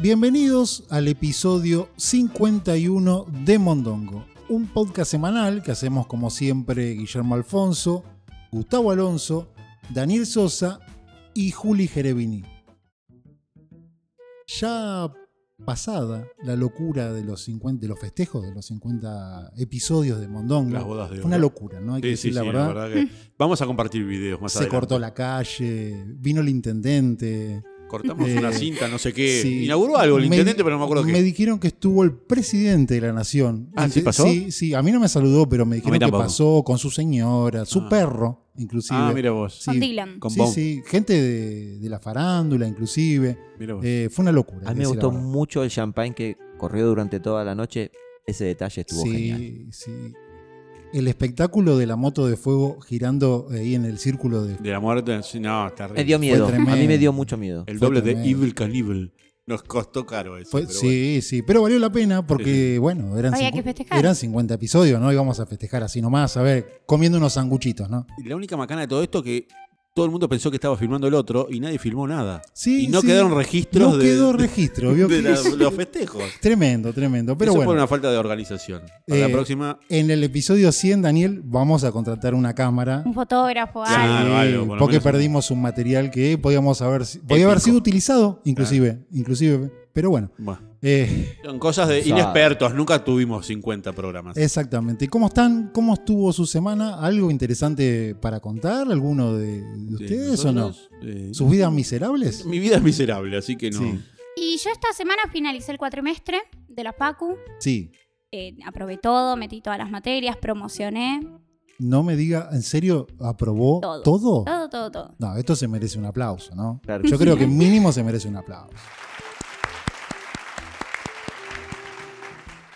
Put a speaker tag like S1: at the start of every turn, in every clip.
S1: Bienvenidos al episodio 51 de Mondongo, un podcast semanal que hacemos como siempre Guillermo Alfonso, Gustavo Alonso, Daniel Sosa y Juli Gerevini. Ya pasada la locura de los 50, de los festejos de los 50 episodios de Mondongo.
S2: Las bodas de
S1: Fue una
S2: oro.
S1: locura, ¿no? Hay que
S2: Sí, sí,
S1: decir la
S2: sí,
S1: verdad.
S2: que- Vamos a compartir videos más
S1: Se
S2: adelante.
S1: cortó la calle, vino el intendente.
S2: Cortamos
S1: Eh,
S2: una cinta, no sé qué.
S1: Sí.
S2: Inauguró algo el
S1: Me-
S2: intendente, pero no me acuerdo qué.
S1: Me dijeron que estuvo el presidente de la nación.
S2: Ah, ¿sí
S1: Ente-
S2: pasó?
S1: Sí, sí, a mí no me saludó, pero me dijeron que
S2: tampoco.
S1: pasó con su señora, su
S2: Ah.
S1: perro, inclusive.
S2: ah, mira vos.
S1: Sí.
S3: Con Dylan.
S2: Con
S1: sí,
S2: Bong.
S1: sí, gente de, de la farándula, inclusive.
S2: Mira vos.
S1: Eh, fue una locura.
S4: A mí me
S1: decir la
S4: gustó
S1: verdad.
S4: mucho el champagne que corrió durante toda la noche. Ese detalle estuvo
S1: sí,
S4: genial.
S1: sí. El espectáculo de la moto de fuego girando ahí en el círculo de.
S2: de la muerte, sí, no, está
S4: Me
S2: terrible.
S4: dio miedo. A
S1: tremendo.
S4: mí me dio mucho miedo.
S2: El
S1: Fue
S2: doble de
S1: tremendo.
S2: Evil Cannibal. Nos costó caro eso.
S1: Fue-
S2: pero
S1: sí,
S2: bueno.
S1: sí, pero valió la pena porque,
S2: Sí,
S1: bueno, eran,
S3: Había
S1: cincu-
S3: que festejar.
S1: eran 50 episodios, ¿no? Íbamos a festejar así nomás, a ver, comiendo unos sanguchitos, ¿no?
S2: Y La única macana de todo esto que todo el mundo pensó que estaba filmando el otro y nadie filmó nada.
S1: Sí,
S2: y no
S1: sí.
S2: quedaron registros
S1: No
S2: de,
S1: quedó
S2: de-
S1: registro, vio
S2: de
S1: que
S2: la-
S1: es-
S2: los festejos.
S1: Tremendo, tremendo. Pero
S2: eso
S1: bueno,
S2: por una falta de organización. Para
S1: Eh,
S2: la próxima,
S1: en el episodio 100, Daniel, vamos a contratar una cámara.
S3: Un fotógrafo,
S2: Claro.
S3: algo.
S1: eh,
S2: algo, por lo
S1: porque
S2: menos.
S1: perdimos un material que podíamos haber, si- podía haber
S2: Épico.
S1: sido utilizado, inclusive, inclusive. Pero bueno,
S2: bueno,
S1: eh,
S2: son cosas de
S4: Sabe.
S2: inexpertos. Nunca tuvimos 50 programas.
S1: exactamente. ¿Cómo están? ¿Cómo estuvo su semana? ¿Algo interesante para contar? ¿Alguno de, de
S2: Sí,
S1: ustedes
S2: nosotros, eh,
S1: o no? ¿Sus vidas miserables?
S2: mi vida es miserable, así que no.
S1: Sí.
S3: Y yo esta semana finalicé el cuatrimestre de la Facu.
S1: Sí.
S3: Eh, aprobé todo, metí todas las materias, promocioné.
S1: No me diga, ¿en serio aprobó
S3: Todo.
S1: todo?
S3: Todo, todo, todo.
S1: No, esto se merece un aplauso, ¿no?
S4: Claro
S1: Yo
S4: sí.
S1: creo que mínimo se merece un aplauso.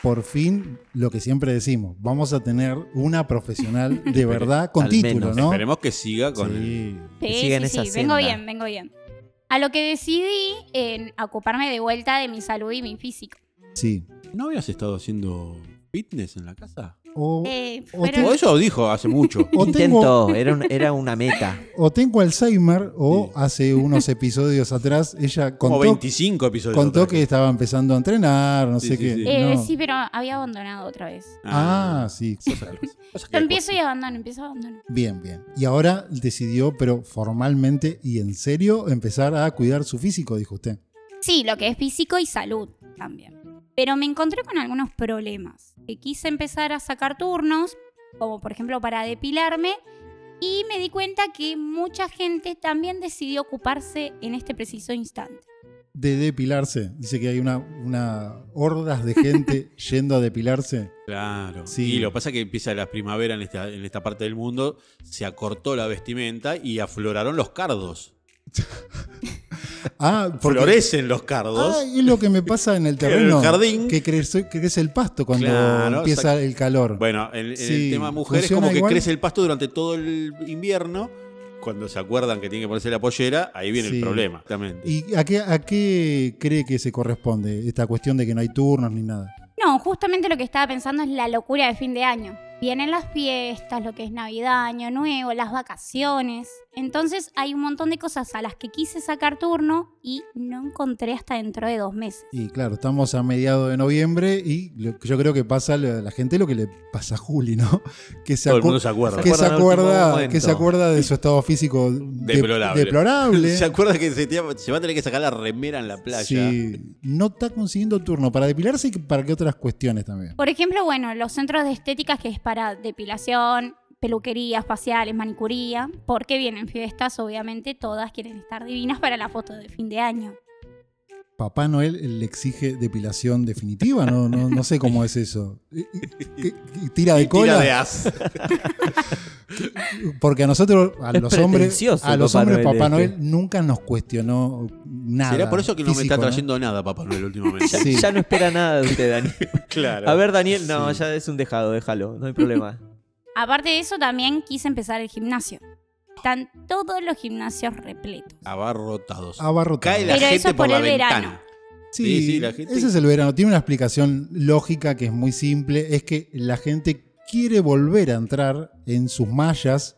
S1: Por fin, lo que siempre decimos, vamos a tener una profesional de verdad con
S4: al
S1: título,
S4: menos.
S1: ¿no?
S2: Esperemos que siga con el-
S1: Sí.
S3: Sí,
S4: Que
S3: sí,
S4: siga en
S3: sí,
S4: esa
S3: vengo
S4: senda.
S3: bien, vengo bien. A lo que decidí en ocuparme de vuelta de mi salud y mi físico.
S1: sí.
S2: ¿No habías estado haciendo fitness en la casa?
S1: O,
S3: Eh,
S1: o
S3: fueron-
S2: O eso dijo hace mucho.
S1: o tengo,
S4: Intento, era, un- era una meta.
S1: o tengo Alzheimer, o
S2: Sí.
S1: hace unos episodios atrás ella
S2: Como
S1: contó,
S2: 25 episodios.
S1: contó
S2: atrás.
S1: que estaba empezando a entrenar, no
S2: Sí,
S1: sé
S2: sí,
S1: qué.
S2: sí.
S3: Eh,
S1: no.
S3: Sí, pero había abandonado otra vez.
S1: Ah, sí.
S2: Cosas que- cosas que
S3: Yo empiezo y abandono, empiezo y abandono.
S1: Bien, bien. Y ahora decidió, pero formalmente y en serio, empezar a cuidar su físico, dijo usted.
S3: Sí, lo que es físico y salud también. Pero me encontré con algunos problemas. Que quise empezar a sacar turnos, como por ejemplo para depilarme, y me di cuenta que mucha gente también decidió ocuparse en este preciso instante.
S1: De depilarse. Dice que hay una, una hordas de gente yendo a depilarse.
S2: Claro.
S1: Sí.
S2: Y lo que pasa es que empieza la primavera en esta, en esta parte del mundo, se acortó la vestimenta y afloraron los cardos.
S1: Ah, porque-
S2: Florecen los cardos.
S1: Ah, es lo que me pasa en el
S2: en el
S1: terreno.
S2: jardín.
S1: Que crece, que crece el pasto cuando
S2: Claro,
S1: empieza el calor.
S2: Bueno, en, en
S1: Sí,
S2: el tema mujeres,
S1: funciona
S2: como que
S1: igual.
S2: crece el pasto durante todo el invierno. Cuando se acuerdan que tienen que ponerse la pollera, ahí viene
S1: Sí.
S2: el problema. Exactamente.
S1: ¿Y a qué, a qué cree que se corresponde esta cuestión de que no hay turnos ni nada?
S3: No, justamente lo que estaba pensando es la locura de fin de año. Vienen las fiestas, lo que es Navidad, Año Nuevo, las vacaciones. Entonces hay un montón de cosas a las que quise sacar turno y no encontré hasta dentro de dos meses.
S1: Y claro, estamos a mediados de noviembre y lo- yo creo que pasa a la gente lo que le pasa a Juli, ¿no? Que se,
S2: Todo el
S1: acu-
S2: mundo se acuerda.
S1: que se
S4: acuerda en el último
S1: acuerda
S4: momento.
S1: que se acuerda de su estado físico de-
S2: Deplorable.
S1: deplorable.
S2: ¿Se acuerda que se, te- se va a tener que sacar la remera en la playa?
S1: Sí, no está consiguiendo turno para depilarse y que- para que otras cuestiones también.
S3: Por ejemplo, bueno, los centros de estética que es para depilación, peluquerías, faciales, manicuría, porque vienen fiestas, obviamente todas quieren estar divinas para la foto de fin de año.
S1: Papá Noel le exige depilación definitiva, no, no, no sé cómo es eso. Eh, Y- y- y Tira de
S2: Tira
S1: cola,
S2: de as.
S1: porque a nosotros, a
S4: Es
S1: los hombres,
S4: pretencioso
S1: a los
S4: Papá
S1: hombres
S4: Noel
S1: Papá Noel
S4: este.
S1: nunca nos cuestionó nada.
S2: Será por eso que no me está
S1: físico,
S2: trayendo nada, Papá Noel, últimamente.
S1: Sí.
S4: Ya no espera nada de usted, Daniel.
S2: Claro.
S4: A ver, Daniel, no, ya es un dejado, déjalo, no hay problema.
S3: Aparte de eso, también quise empezar el gimnasio. Están todos los gimnasios repletos.
S2: Abarrotados.
S1: Abarrotado.
S2: Cae la
S3: Pero
S2: gente
S3: eso
S2: por,
S3: por
S2: la
S3: el verano.
S2: ventana.
S1: Sí,
S2: Sí, sí, la gente-
S1: ese es el verano. Tiene una explicación lógica que es muy simple. Es que la gente quiere volver a entrar en sus mallas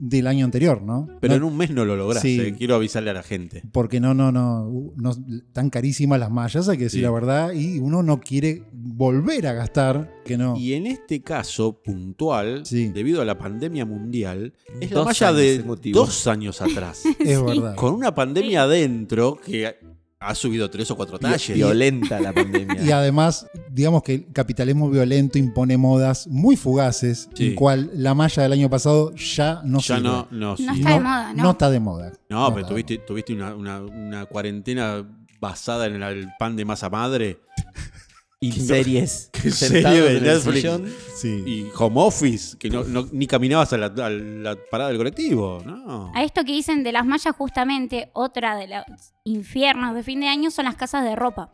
S1: del año anterior, ¿no?
S2: Pero en
S1: No-
S2: un mes no lo lográs.
S1: Sí.
S2: eh, Quiero avisarle a la gente.
S1: Porque no, no, no, no, tan carísimas las mallas, hay que decir
S2: Sí.
S1: la verdad, y uno no quiere volver a gastar, que no.
S2: Y en este caso puntual,
S1: Sí.
S2: debido a la pandemia mundial, es la
S4: Dos
S2: malla
S4: años
S2: de
S4: emotivos.
S2: dos años atrás.
S1: es verdad.
S2: con una pandemia adentro que ha subido tres o cuatro talles.
S4: Violenta la
S1: Y
S4: pandemia.
S1: además, digamos que el capitalismo violento impone modas muy fugaces,
S2: Sí.
S1: en cual la malla del año pasado ya no
S2: ya
S1: sirve.
S2: no, no, sí.
S3: No
S1: Y
S3: está de moda, ¿no?
S1: está de moda.
S2: No, pero
S1: está de
S2: tuviste, tuviste una, una- una cuarentena basada en el pan de masa madre
S4: Y series.
S2: serie
S4: Sentados
S2: de
S4: en el
S2: Netflix.
S4: sillón.
S1: moda. Sí.
S2: y home office, que no, no- ni caminabas a la, a la parada del colectivo. No.
S3: A esto que dicen de las mallas, justamente, otra de los infiernos de fin de año son las casas de ropa.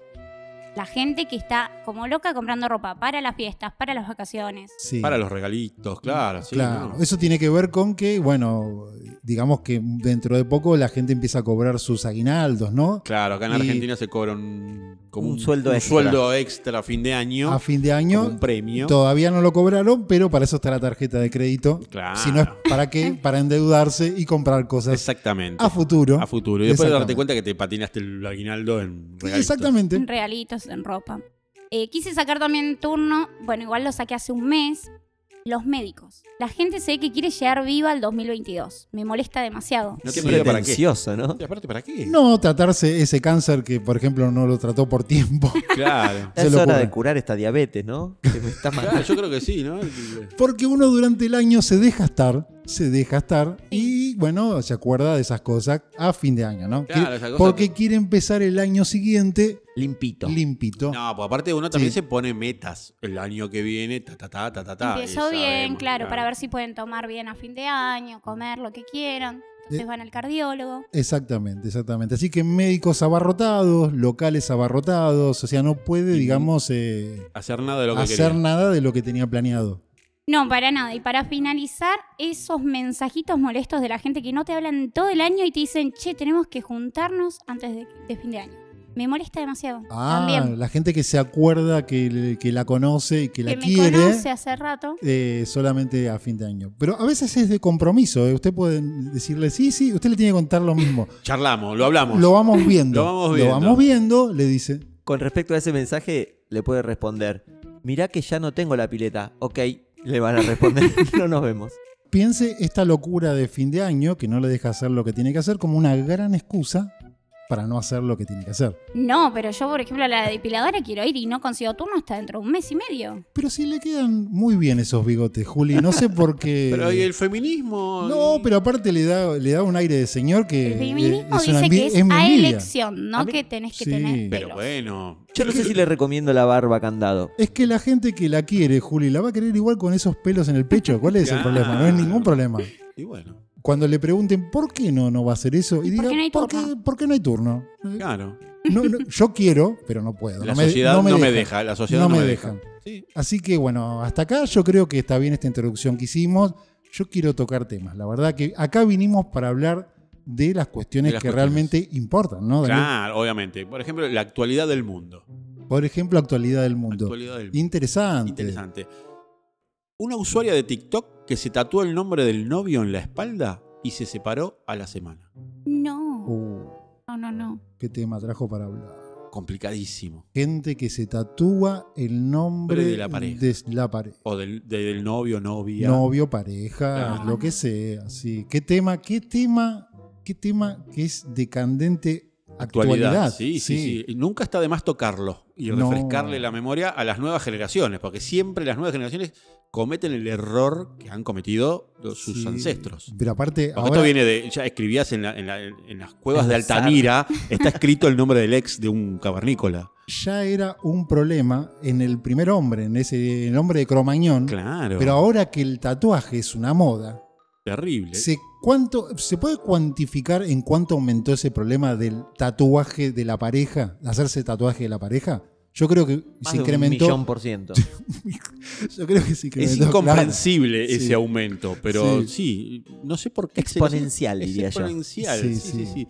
S3: La gente que está como loca comprando ropa para las fiestas, para las vacaciones.
S1: Sí.
S2: Para los regalitos, claro. sí,
S1: Claro,
S2: no.
S1: eso tiene que ver con que, bueno, digamos que dentro de poco la gente empieza a cobrar sus aguinaldos, ¿no?
S2: Claro, acá en
S1: Y-
S2: Argentina se cobra un, como
S4: Un sueldo
S2: un
S4: extra.
S2: sueldo extra a fin de año,
S1: A fin de
S2: como
S1: año
S2: un premio.
S1: todavía no lo cobraron, pero para eso está la tarjeta de crédito.
S2: Claro.
S1: Si no es para qué, para endeudarse y comprar cosas
S2: Exactamente.
S1: a futuro.
S2: A futuro. Y después de darte
S1: Exactamente.
S2: cuenta que te patinaste el aguinaldo en regalitos.
S1: Exactamente.
S3: regalitos en ropa. Eh, quise sacar también turno, bueno, igual lo saqué hace un mes, los médicos. La gente se ve que quiere llegar viva al 2022. Me molesta demasiado.
S2: No
S4: Qué
S2: tiene idea para qué.
S4: pretencioso, ¿no?
S2: Y aparte, ¿para qué?
S1: No tratarse ese cáncer que, por ejemplo, no lo trató por tiempo.
S2: Claro.
S1: Se
S4: Es
S1: le
S4: hora
S1: ocurre.
S4: de curar esta diabetes, ¿no? Que me está
S2: Claro,
S4: matando.
S2: yo creo que sí, ¿no?
S1: Porque uno durante el año se deja estar, se deja estar y bueno, se acuerda de esas cosas a fin de año, ¿no?
S2: Claro,
S1: Que-
S2: esas cosas
S1: Porque
S2: que-
S1: quiere empezar el año siguiente
S4: Limpito.
S1: limpito.
S2: No, pues aparte uno también
S1: Sí.
S2: se pone metas el año que viene, ta, ta, ta, ta, ta,
S1: Ah,
S2: ta. y
S3: Empiezo
S2: sabemos,
S3: bien, claro, para ver si pueden tomar bien a fin de año, comer lo que quieran. Entonces
S1: Eh.
S3: van al cardiólogo.
S1: Exactamente, exactamente. Así que médicos abarrotados, locales abarrotados, o sea, no puede,
S2: Y-
S1: digamos, eh,
S2: Hacer nada de lo que
S1: hacer
S2: quería.
S1: nada de lo que tenía planeado.
S3: No, para nada. Y para finalizar, esos mensajitos molestos de la gente que no te hablan todo el año y te dicen, che, tenemos que juntarnos antes de, de fin de año. Me molesta demasiado.
S1: Ah,
S3: también.
S1: la gente que se acuerda que, le- que la conoce y que la
S3: Que me
S1: quiere.
S3: conoce hace rato.
S1: eh, solamente a fin de año. Pero a veces es de compromiso. ¿eh? Usted puede decirle, sí, sí, usted le tiene que contar lo mismo.
S2: Charlamos, lo hablamos.
S1: Lo vamos viendo.
S2: Lo vamos viendo.
S1: viendo, le dice.
S4: Con respecto a ese mensaje, le puede responder: Mirá que ya no tengo la pileta. Ok, le van a responder: No nos vemos.
S1: Piense esta locura de fin de año que no le deja hacer lo que tiene que hacer como una gran excusa para no hacer lo que tiene que hacer.
S3: No, pero yo, por ejemplo, a la depiladora quiero ir y no consigo turno hasta dentro de un mes y medio.
S1: Pero sí le quedan muy bien esos bigotes, Juli. No sé por qué.
S2: Pero ¿y el feminismo.
S1: No, pero aparte le da, le da un aire de señor que.
S3: El
S1: eh,
S3: feminismo
S1: una
S3: dice
S1: envi-
S3: que es,
S1: mi
S3: a
S1: envidia.
S3: elección, no
S4: A mí-
S3: que tenés que
S1: Sí.
S3: tener
S2: Pero
S3: pelos.
S2: bueno.
S4: Yo no sé si le recomiendo la barba candado.
S1: Es que la gente que la quiere, Juli, la va a querer igual con esos pelos en el pecho. ¿Cuál es el
S2: Claro.
S1: problema? No es ningún problema.
S2: Y bueno,
S1: Cuando le pregunten por qué no, no va a hacer eso, y,
S3: ¿Y por
S1: diga,
S3: qué no hay
S1: ¿por, qué,
S3: turno?
S1: por qué no hay turno?
S2: claro.
S1: No, no, yo quiero, pero no puedo.
S2: La
S1: no me-
S2: sociedad no me, deja. La sociedad
S1: No
S2: no,
S1: me
S2: me deja.
S1: deja.
S2: Sí.
S1: Así que bueno, hasta acá yo creo que está bien esta introducción que hicimos. Yo quiero tocar temas. La verdad que acá vinimos para hablar de las cuestiones
S2: De las
S1: que
S2: cuestiones.
S1: realmente importan, ¿no? Daniel?
S2: Claro, obviamente. Por ejemplo, la actualidad del mundo.
S1: Por ejemplo, actualidad del mundo.
S2: Actualidad del mundo.
S1: Interesante.
S2: Interesante. Una usuaria de TikTok que se tatuó el nombre del novio en la espalda y se separó a la semana.
S3: No,
S1: Uh,
S3: no, no, no.
S1: ¿Qué tema trajo para hablar?
S2: Complicadísimo.
S1: Gente que se tatúa el nombre
S2: Nombre de la pareja.
S1: de la pareja.
S2: O del, de- del novio, novia.
S1: novio, pareja,
S2: Claro.
S1: lo que sea, sí. ¿Qué tema, qué tema, qué tema que es de candente actualidad?
S2: Sí, sí, sí, Y Nunca está de más tocarlo y
S1: No.
S2: refrescarle la memoria a las nuevas generaciones, porque siempre las nuevas generaciones cometen el error que han cometido los- sus
S1: Sí.
S2: ancestros.
S1: Pero aparte,
S2: Porque
S1: ahora,
S2: esto viene de. Ya escribías en, la- en la- en las cuevas
S4: En
S2: de
S4: la sal.
S2: Altamira, está escrito el nombre del ex de un cavernícola.
S1: ya era un problema en el primer hombre, en ese el hombre de Cromañón.
S2: Claro.
S1: Pero ahora que el tatuaje es una moda,
S2: terrible.
S1: ¿se, cuánto, ¿se puede cuantificar en cuánto aumentó ese problema del tatuaje de la pareja? Hacerse tatuaje de la pareja. Yo creo que
S4: Más
S1: se
S4: de
S1: incrementó.
S4: un millón por ciento.
S1: Yo creo que se
S2: Es
S1: incrementó. claro.
S2: incomprensible
S1: Sí.
S2: ese aumento, pero
S1: Sí.
S2: sí. no sé por qué. se-
S4: Exponencial,
S2: es
S4: diría yo.
S2: exponencial,
S1: Sí,
S2: sí, sí,
S1: sí.
S2: sí.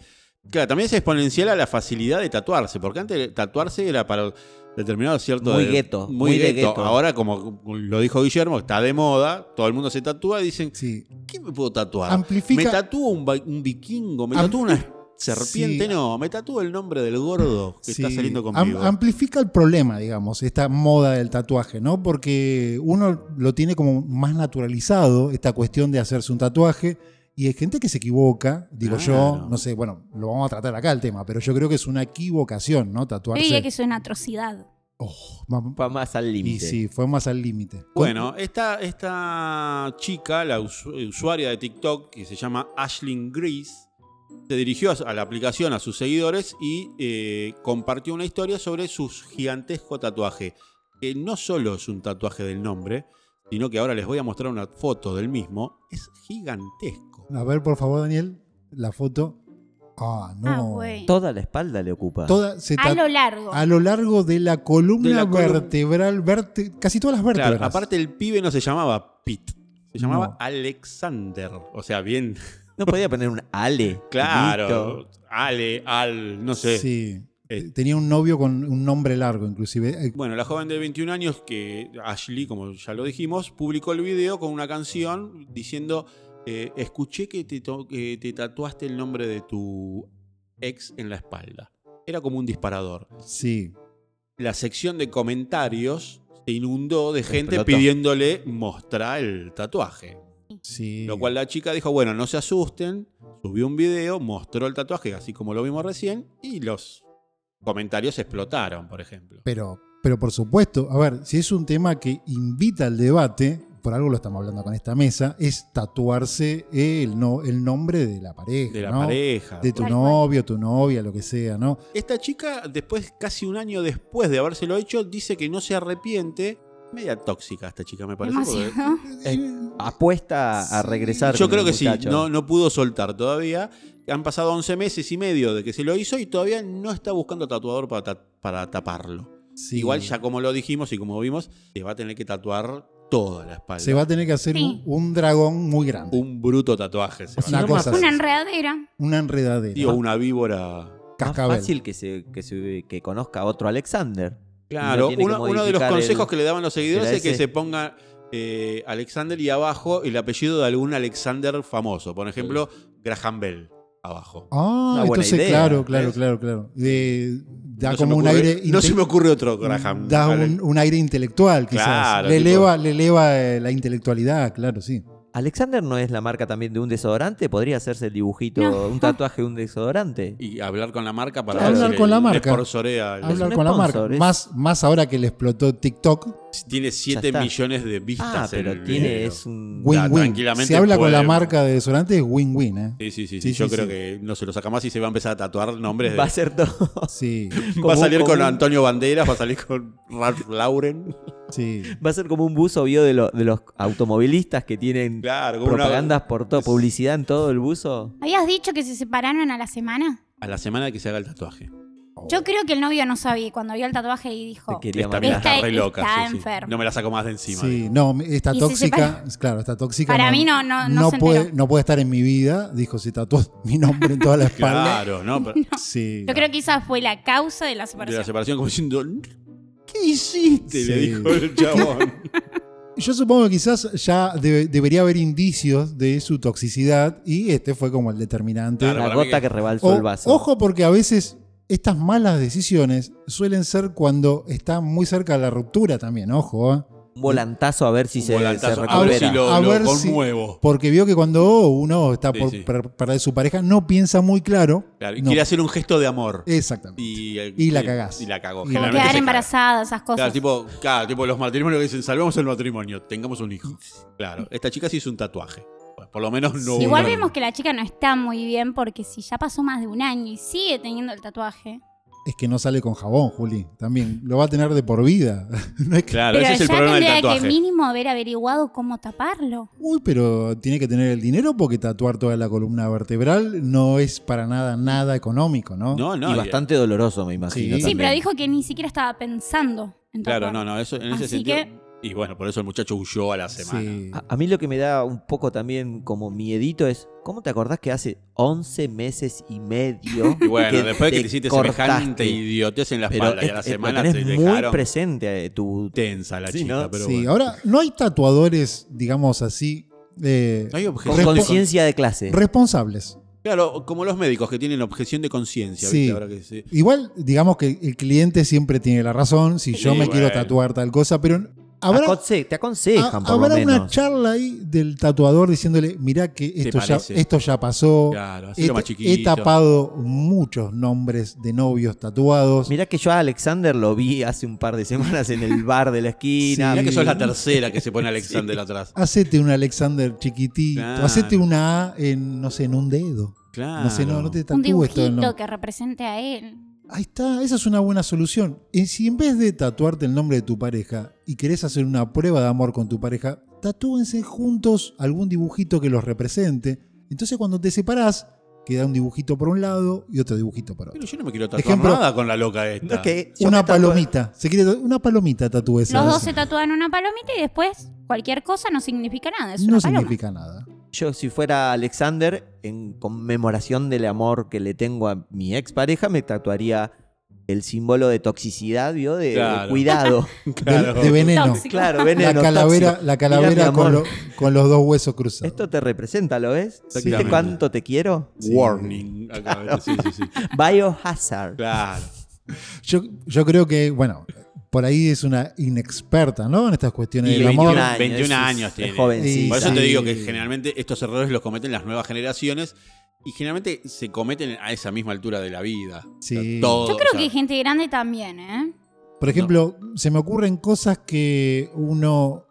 S2: Claro, también es exponencial a la facilidad de tatuarse, porque antes tatuarse era para determinado cierto...
S4: Muy
S2: de-
S4: gueto,
S2: Muy,
S4: muy de
S2: gueto.
S4: gueto.
S2: Ahora, como lo dijo Guillermo, está de moda, todo el mundo se tatúa y dicen,
S1: Sí.
S2: ¿qué me puedo tatuar?
S1: Amplifica-
S2: Me tatúo un, va- un vikingo, me
S1: Am-
S2: tatúo una serpiente,
S1: Sí.
S2: no, me tatúo el nombre del gordo que está
S1: Sí,
S2: saliendo
S1: am-
S2: conmigo.
S1: amplifica el problema, digamos, esta moda del tatuaje, ¿no? Porque uno lo tiene como más naturalizado, esta cuestión de hacerse un tatuaje. Y hay gente que se equivoca, digo yo,
S2: Claro.
S1: no sé, bueno, lo vamos a tratar acá el tema, pero yo creo que es una equivocación, ¿no?
S3: Yo
S1: Tatuarse.
S3: diría que es una atrocidad.
S1: Oh, mam-
S4: Va más al
S1: y
S4: límite.
S1: sí, fue más al límite.
S2: Bueno, esta, esta chica, la usu- usuaria de TikTok, que se llama Ashlyn Grease, se dirigió a, a la aplicación a sus seguidores y eh, compartió una historia sobre su gigantesco tatuaje, que no solo es un tatuaje del nombre, sino que ahora les voy a mostrar una foto del mismo, es gigantesco.
S1: A ver, por favor, Daniel, la foto. Ah, no.
S3: Ah, güey.
S4: Toda la espalda le ocupa.
S1: Toda, se
S3: A
S1: ta-
S3: lo largo.
S1: a lo largo de la columna
S2: De la colum-
S1: vertebral, verte- casi todas las vértebras.
S2: Claro, aparte el pibe no se llamaba Pete, se llamaba
S1: No.
S2: Alexander, o sea, bien
S4: No podía poner un ale.
S2: claro,
S4: listo.
S2: Ale, Al, no sé.
S1: Sí.
S2: Eh.
S1: Tenía un novio con un nombre largo, inclusive. Eh,
S2: Bueno, la joven de 21 años, que Ashley, como ya lo dijimos, publicó el video con una canción diciendo, eh, escuché que te, to- que te tatuaste el nombre de tu ex en la espalda. Era como un disparador.
S1: Sí.
S2: La sección de comentarios se inundó de gente
S4: Explotó.
S2: pidiéndole mostrar el tatuaje.
S1: Sí.
S2: Lo cual la chica dijo, bueno, no se asusten, subió un video, mostró el tatuaje, así como lo vimos recién, y los comentarios explotaron, por ejemplo.
S1: Pero, pero por supuesto, a ver, si es un tema que invita al debate, por algo lo estamos hablando con esta mesa, es tatuarse el, no, el nombre de la pareja.
S2: De la
S1: ¿no?
S2: pareja.
S1: De tu
S3: Tal cual.
S1: novio, tu novia, lo que sea, ¿no?
S2: Esta chica, después, casi un año después de habérselo hecho, dice que no se arrepiente. Media tóxica esta chica, me parece. porque-
S3: Demasiado.
S2: Eh,
S4: Apuesta a regresar.
S2: Yo
S4: con
S2: creo
S4: el
S2: que sí,
S4: muchacho.
S2: no, no pudo soltar todavía. Han pasado 11 meses y medio de que se lo hizo y todavía no está buscando tatuador para, ta- para taparlo.
S1: Sí.
S2: Igual, ya como lo dijimos y como vimos, se va a tener que tatuar toda la espalda.
S1: Se va a tener que hacer
S3: Sí.
S1: un, un dragón muy grande.
S2: Un bruto tatuaje. se va a
S1: Una
S2: hacer.
S1: cosa
S3: Una
S1: así.
S3: enredadera.
S1: Una enredadera.
S2: Digo, una víbora.
S4: Más
S1: cascabel.
S4: fácil que, se, que, se- que conozca a otro Alexander.
S2: Claro,
S4: tiene que
S2: uno, uno de los
S4: modificar
S2: consejos
S4: el-
S2: que le daban los seguidores
S4: la
S2: es que
S4: S.
S2: se ponga eh, Alexander y abajo el apellido de algún Alexander famoso. Por ejemplo, Graham Bell abajo.
S1: Ah,
S4: Una buena
S1: entonces,
S4: idea,
S1: claro, claro,
S2: ¿ves?
S1: claro, claro. Eh, da
S2: No se
S1: como
S2: me
S1: un
S2: ocurre-
S1: aire.
S2: No
S1: inte-
S2: se me ocurre otro Graham.
S1: da
S2: Ale-
S1: un, un aire intelectual, quizás.
S2: Claro,
S1: le,
S2: tipo-
S1: eleva, le eleva eh, la intelectualidad, claro, sí.
S4: Alexander no es la marca también de un desodorante. Podría hacerse el dibujito,
S3: No.
S4: un tatuaje de un desodorante.
S2: Y hablar con la marca para
S1: Hablar
S2: ver si
S1: con
S2: le-
S1: la
S2: le
S1: marca.
S2: esponsorea el-
S1: Hablar
S4: un
S1: con la
S4: sponsor,
S1: marca.
S4: es-
S1: Más, más ahora que le explotó TikTok,
S2: Tiene 7
S4: está.
S2: millones de
S4: Ah,
S2: vistas. el
S4: pero
S2: video.
S4: tiene. Es un.
S2: Güey. Ya,
S1: win-win.
S2: tranquilamente
S1: Si habla con la
S2: puede-
S1: marca de desodorante, es win-win, ¿eh?
S2: Sí, sí, sí,
S1: Sí,
S2: sí, Yo
S1: sí,
S2: creo
S1: sí.
S2: que no se lo saca más y se va a empezar a tatuar nombres. de-
S4: Va a ser todo.
S1: Sí,
S2: va a
S4: como-
S2: salir
S4: como
S2: con
S4: un-
S2: Antonio Banderas, va a salir con Ralph Lauren.
S1: sí.
S4: Va a ser como un buzo, vio, de, lo- de los automovilistas que tienen
S2: Claro, como una-
S4: propagandas por todo, publicidad en todo el buzo.
S3: ¿Habías dicho que se separaron a la semana?
S2: A la semana que se haga el tatuaje.
S1: Oh.
S3: Yo creo que el novio no sabía. y Cuando vio el tatuaje y dijo,
S4: Te quería
S2: Esta
S4: matar.
S2: mina está
S3: Está-
S2: re loca.
S3: está
S2: sí, sí.
S3: enferma.
S2: No me la saco más de encima.
S1: Sí, no, está
S3: Y si se
S1: tóxica. claro, está tóxica.
S3: Para mí no- Ah, no- no se
S1: puede,
S3: enteró.
S1: no puede estar en mi vida. Dijo, se tatuó mi nombre en toda la espalda.
S2: Claro, ¿no? Pero-
S1: Sí.
S3: yo creo que esa fue la causa de
S2: De
S3: la
S2: la
S3: separación.
S2: separación, como diciendo, ¿qué hiciste? Le
S1: Sí.
S2: dijo el chabón.
S1: Yo supongo que quizás ya de- debería haber indicios de su toxicidad y este fue como el determinante.
S2: Claro,
S4: La
S2: para mí
S4: gota
S2: que-
S4: que rebalsó
S1: O-
S4: el vaso.
S1: Ojo porque a veces estas malas decisiones suelen ser cuando está muy cerca de la ruptura también, ojo. ¿eh?
S4: Un volantazo a ver si
S2: Un
S4: se, se
S2: volantazo. a ver
S4: recupera.
S2: si lo,
S1: A
S2: lo
S1: ver si-
S2: conmuevo.
S1: Porque vio que cuando uno está
S2: Sí,
S1: por
S2: sí.
S1: per- perder su pareja no piensa muy claro.
S2: Claro, y
S1: No.
S2: Quiere hacer un gesto de amor.
S1: Exactamente.
S2: Y, eh,
S1: Y la cagás.
S2: Y la cagó.
S1: Como
S3: Como
S2: Generalmente se
S3: quedar
S2: caga.
S3: embarazada, esas
S2: Claro
S3: cosas.
S2: tipo, claro, tipo los matrimonios que dicen, salvemos el matrimonio, tengamos un hijo. Claro, esta chica se hizo un tatuaje. Bueno, Por lo menos no
S1: Sí.
S2: hubo
S3: Igual
S2: una-
S3: vemos que la chica no está muy bien porque si ya pasó más de un año y sigue teniendo el tatuaje.
S1: Es que no sale con jabón, Juli. También lo va a tener de por vida. No es que-
S2: Claro, ese es el
S3: ya
S2: problema del
S3: tendría que
S2: tatuaje.
S3: mínimo haber averiguado cómo taparlo.
S1: Uy, pero tiene que tener el dinero porque tatuar toda la columna vertebral no es para nada, nada económico, ¿no?
S2: No, no.
S4: y
S2: y-
S4: bastante doloroso, me imagino.
S1: Sí,
S3: Sí,
S4: también.
S3: pero dijo que ni siquiera estaba pensando en
S2: Claro,
S3: tatuar.
S2: no, no, eso en ese
S3: Así
S2: sentido.
S3: que-
S2: Y bueno, por eso el muchacho huyó a la semana. Ah,
S1: Sí.
S4: A, a mí lo que me da un poco también como miedito es, ¿cómo te acordás que hace 11 meses y medio?
S2: Y bueno,
S4: que
S2: después de que te hiciste
S4: cortaste?
S2: semejante idiotez en la
S4: Pero
S2: espalda y a la
S4: es- es- lo
S2: semana
S4: tenés
S2: te
S4: muy
S2: dejaron
S4: presente eh, tu...
S2: tensa la
S4: Sí,
S2: chica,
S4: ¿no?
S2: pero
S1: Sí,
S2: bueno.
S1: ahora no hay tatuadores, digamos así, eh,
S2: No hay
S4: con
S2: objeción. de con-
S4: conciencia de clase.
S1: responsables.
S2: Claro, como los médicos que tienen objeción de conciencia,
S1: Sí.
S2: ¿viste? Ahora que sí.
S1: Igual, digamos que el cliente siempre tiene la razón, si yo
S2: Sí,
S1: me quiero
S2: bueno.
S1: tatuar tal cosa, pero habrá,
S4: Aconse- te aconsejan,
S1: ha-
S4: por lo
S1: habrá una
S4: menos.
S1: charla ahí del tatuador diciéndole, mirá que esto, ya,
S2: parece?
S1: esto ya pasó,
S2: Claro,
S1: he,
S2: hacelo más chiquito.
S1: he tapado muchos nombres de novios tatuados.
S4: Mirá que yo a Alexander lo vi hace un par de semanas en el bar de la esquina.
S2: Mirá que sos la tercera que se pone Alexander atrás.
S1: Hacete un Alexander chiquitito,
S2: Claro.
S1: hacete una A en, no sé, en un dedo.
S2: Claro.
S1: No sé, no, no te
S3: Un
S1: tatúes todo el nombre.
S3: dibujito que represente a él.
S1: Ahí está, esa es una buena solución. Y si en vez de tatuarte el nombre de tu pareja y querés hacer una prueba de amor con tu pareja, tatúense juntos algún dibujito que los represente. Entonces cuando te separás, queda un dibujito por un lado y otro dibujito por
S2: Pero
S1: otro.
S2: yo no me quiero tatuar
S1: Ejemplo.
S2: nada con la loca esta.
S4: No, que yo me
S1: Una
S4: tatué-
S1: palomita. Se quiere tatu- una palomita tatúese.
S3: Los dos se tatúan una palomita y después cualquier cosa no significa nada. Es una
S1: No
S3: paloma.
S1: significa nada.
S4: Yo, si fuera Alexander, en conmemoración del amor que le tengo a mi expareja, me tatuaría el símbolo de toxicidad, ¿vio? De, de
S2: Claro.
S4: cuidado.
S1: De-
S2: Claro.
S1: De, veneno.
S3: Tóxico.
S4: claro,
S1: La
S4: veneno.
S1: calavera,
S4: tóxico.
S1: la
S4: Mirá,
S1: calavera
S4: mi
S1: con,
S4: amor,
S1: lo- con los dos huesos cruzados.
S4: Esto te representa, ¿lo ves? ¿Viste
S2: Exactamente.
S4: cuánto te quiero?
S1: Sí.
S2: Warning. Acá, Sí, sí, sí.
S4: Biohazard.
S2: Claro.
S1: Yo, yo creo que, bueno, por ahí es una inexperta, ¿no? En estas cuestiones
S2: Y
S1: del amor.
S2: 21 21 años
S4: es,
S2: tiene.
S4: es jovencita.
S1: Y-
S2: Por eso te
S1: Sí.
S2: digo que generalmente estos errores los cometen las nuevas generaciones y generalmente se cometen a esa misma altura de la vida.
S1: Sí.
S2: Todo,
S3: Yo creo
S2: o sea,
S3: que gente grande también, ¿eh?
S1: Por ejemplo, se me ocurren cosas que uno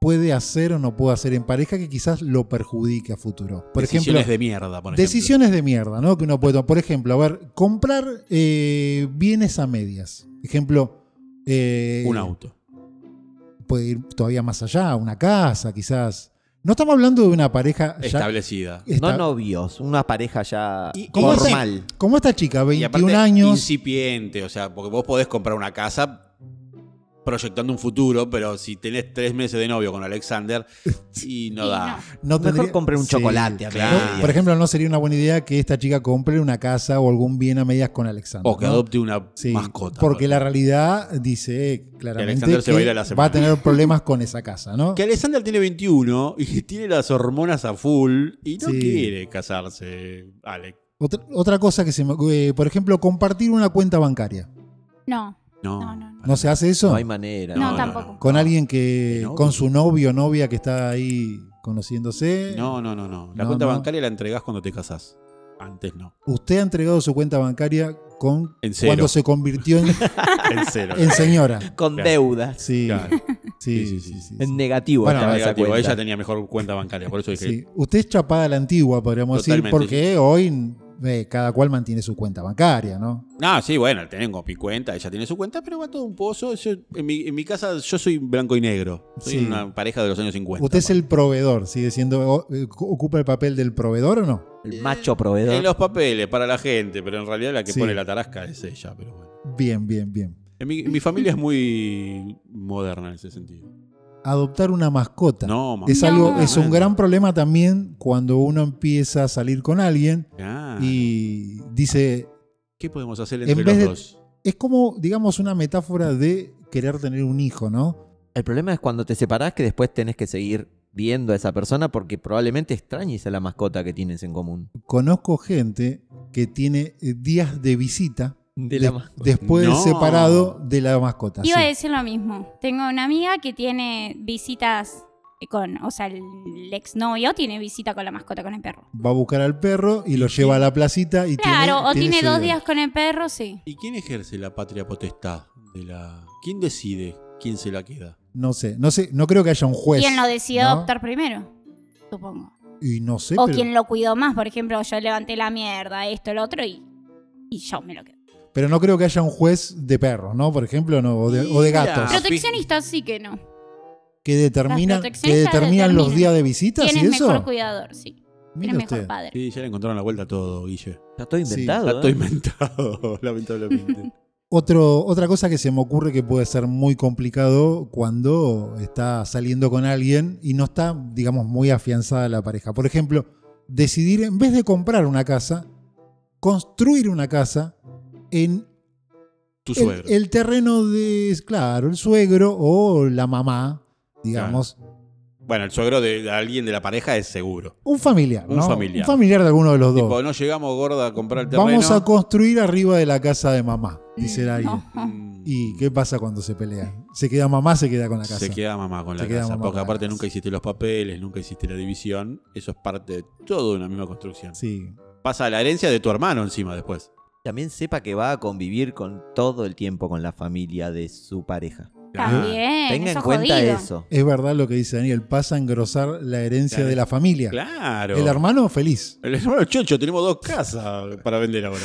S1: puede hacer o no puede hacer en pareja que quizás lo perjudique a futuro. Por
S2: decisiones
S1: ejemplo,
S2: de mierda, por ejemplo.
S1: decisiones de mierda, ¿no? Que uno puede tomar. Por ejemplo, a ver, comprar eh, bienes a medias. Ejemplo, eh,
S2: Un auto.
S1: puede ir todavía más allá, una casa, quizás. No estamos hablando de una pareja ya
S2: Establecida.
S1: esta-
S4: No novios, una pareja ya
S2: Y-
S1: ¿Cómo está?
S4: formal.
S1: como esta chica,
S2: Y
S1: 21
S2: aparte,
S1: años.
S2: Incipiente, o sea, porque vos podés comprar una casa proyectando un futuro, pero si tenés tres meses de novio con Alexander, y no
S3: Y
S2: da.
S3: no.
S1: No
S4: Mejor
S1: tendría-
S4: compre un
S1: Sí.
S4: chocolate. a
S2: claro.
S4: medias.
S1: No, por ejemplo, no sería una buena idea que esta chica compre una casa o algún bien a medias con Alexander.
S2: O que
S1: ¿no?
S2: adopte una
S1: Sí,
S2: mascota.
S1: Porque la realidad dice eh, claramente
S2: Alexander se
S1: que
S2: va a ir a la
S1: va
S2: semana.
S1: a tener problemas con esa casa, ¿no?
S2: Que Alexander tiene 21 y tiene las hormonas a full y no
S1: Sí.
S2: quiere casarse, Alex.
S1: Otra, otra cosa que se me... eh, por ejemplo, compartir una cuenta bancaria.
S3: No,
S2: No.
S3: No, no, no.
S1: ¿No se hace eso?
S4: No hay manera.
S3: No,
S2: no,
S3: tampoco.
S1: con alguien que...
S2: ¿De novio?
S1: Con su novio o novia que está ahí conociéndose.
S2: No, no, no, no. La
S1: No,
S2: cuenta
S1: no.
S2: bancaria la entregás cuando te casás. Antes no.
S1: Usted ha entregado su cuenta bancaria con...
S2: En cero.
S1: Cuando se convirtió en,
S2: En cero.
S1: en señora.
S4: Con
S2: Claro.
S4: deudas.
S1: Sí,
S2: Claro.
S1: sí,
S2: Sí,
S1: sí,
S2: sí, sí.
S1: sí, sí.
S4: En negativo.
S1: Bueno,
S4: estaba esa
S2: Negativo,
S4: cuenta.
S2: Ella tenía mejor cuenta bancaria, por eso dije.
S1: Sí. Usted es chapada a la antigua, podríamos
S2: Totalmente.
S1: decir, porque hoy eh, cada cual mantiene su cuenta bancaria, ¿no?
S2: No, sí, bueno, tengo mi cuenta, ella tiene su cuenta, pero va todo un pozo. Yo- en, mi, en mi casa yo soy blanco y negro. Soy
S1: Sí.
S2: una pareja de los años 50.
S1: Usted es el proveedor, sigue siendo, o- eh, ocupa el papel del proveedor o no?
S4: El macho proveedor.
S2: En los papeles, para la gente, pero en realidad la que
S1: Sí.
S2: pone la tarasca es ella, pero bueno.
S1: Bien, bien, bien.
S2: En mi, mi familia es muy moderna en ese sentido.
S1: Adoptar una mascota.
S2: No, mamá.
S1: Es
S3: No.
S1: algo, es un
S2: Bueno.
S1: gran problema también cuando uno empieza a salir con alguien
S2: Ah,
S1: y dice,
S2: ¿Qué podemos hacer
S1: En
S2: entre
S1: vez
S2: los
S1: de-
S2: dos?
S1: es como, digamos, una metáfora de querer tener un hijo, ¿no?
S4: El problema es cuando te separás que después tenés que seguir viendo a esa persona porque probablemente extrañes a la mascota que tienes en común.
S1: Conozco gente que tiene eh, días de visita
S4: De
S1: des- después
S2: No.
S1: del separado de la mascota.
S3: Iba
S1: sí.
S3: a decir lo mismo. Tengo una amiga que tiene visitas con, o sea, el exnovio tiene visita con la mascota, con el perro.
S1: va a buscar al perro y lo lleva a la placita y tiene-
S3: Claro, o tiene
S1: ese
S3: dos
S1: dedo.
S3: días con el perro, sí.
S2: ¿Y quién ejerce la patria potestad de la. ¿Quién decide quién se la queda?
S1: No sé, no sé, no creo que haya un juez.
S3: ¿Quién lo decidió
S1: Pues, ¿no?
S3: adoptar primero? Supongo.
S1: Y no sé,
S3: o
S1: pero,
S3: quien lo cuidó más, por ejemplo, yo levanté la mierda, esto, lo otro, y, y yo me lo quedo.
S1: pero no creo que haya un juez de perros, ¿no? Por ejemplo, no, o, de, o de
S2: Mira.
S1: gatos.
S2: Ah,
S3: Proteccionista sí que no.
S1: Que determinan,
S3: Las
S1: que
S3: proteccionistas
S1: determinan los
S3: determinan.
S1: días de visitas
S3: ¿Quién
S1: y
S3: es mejor
S1: eso.
S3: cuidador? Sí. ¿Quién
S1: Mira
S3: es mejor
S1: usted.
S3: padre?
S2: Sí, ya le encontraron la vuelta a todo, Guille.
S4: Está todo
S1: Sí,
S4: inventado.
S2: Está todo
S4: ¿eh?
S2: inventado, lamentablemente.
S1: Otro, otra cosa que se me ocurre que puede ser muy complicado cuando está saliendo con alguien y no está, digamos, muy afianzada la pareja. Por ejemplo, decidir en vez de comprar una casa, construir una casa en
S2: Tu
S1: el,
S2: suegro.
S1: el terreno de, claro, el suegro o la mamá, digamos,
S2: Bueno, el suegro de alguien de la pareja es seguro.
S1: un familiar,
S2: Un
S1: ¿no?
S2: familiar.
S1: Un familiar de alguno de los dos.
S2: Tipo, no llegamos gorda a comprar el terreno.
S1: Vamos a construir arriba de la casa de mamá, dice alguien.
S3: No.
S2: Mm,
S1: ¿Y qué pasa cuando se pelean? ¿Se queda mamá, se queda con la casa?
S2: Se queda mamá con
S1: Se
S2: la
S1: queda
S2: casa.
S1: mamá
S2: Porque
S1: con la
S2: aparte
S1: casa.
S2: nunca hiciste los papeles, nunca hiciste la división. Eso es parte de todo de una misma construcción.
S1: Sí.
S2: Pasa la herencia de tu hermano encima después.
S4: También sepa que va a convivir con todo el tiempo con la familia de su pareja.
S3: También.
S4: Tenga
S3: Eh, eso
S4: en cuenta
S3: jodido.
S4: eso.
S1: Es verdad lo que dice Daniel, pasa a engrosar la herencia
S2: Claro.
S1: de la familia.
S2: Claro.
S1: El hermano feliz.
S2: El hermano Chocho, tenemos dos casas para vender ahora.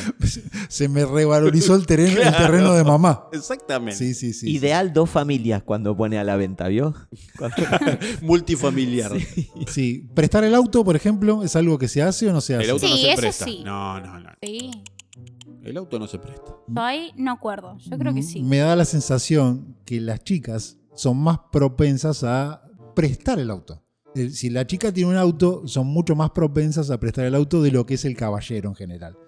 S1: Se me revalorizó el terreno, el
S2: Claro.
S1: terreno de mamá.
S2: Exactamente.
S1: Sí, sí, sí.
S4: Ideal dos familias cuando pone a la venta, ¿vio?
S2: Multifamiliar.
S1: Sí. Prestar el auto, por ejemplo, es algo que se hace o no se hace.
S2: El auto no
S3: Sí,
S2: se
S3: eso
S2: presta.
S3: sí.
S2: No, no, no.
S3: Sí.
S2: El auto no se presta.
S3: Yo ahí no acuerdo. Yo creo que sí.
S1: Me da la sensación que las chicas son más propensas a prestar el auto. El- Si la chica tiene un auto, son mucho más propensas a prestar el auto de lo que es el caballero en general.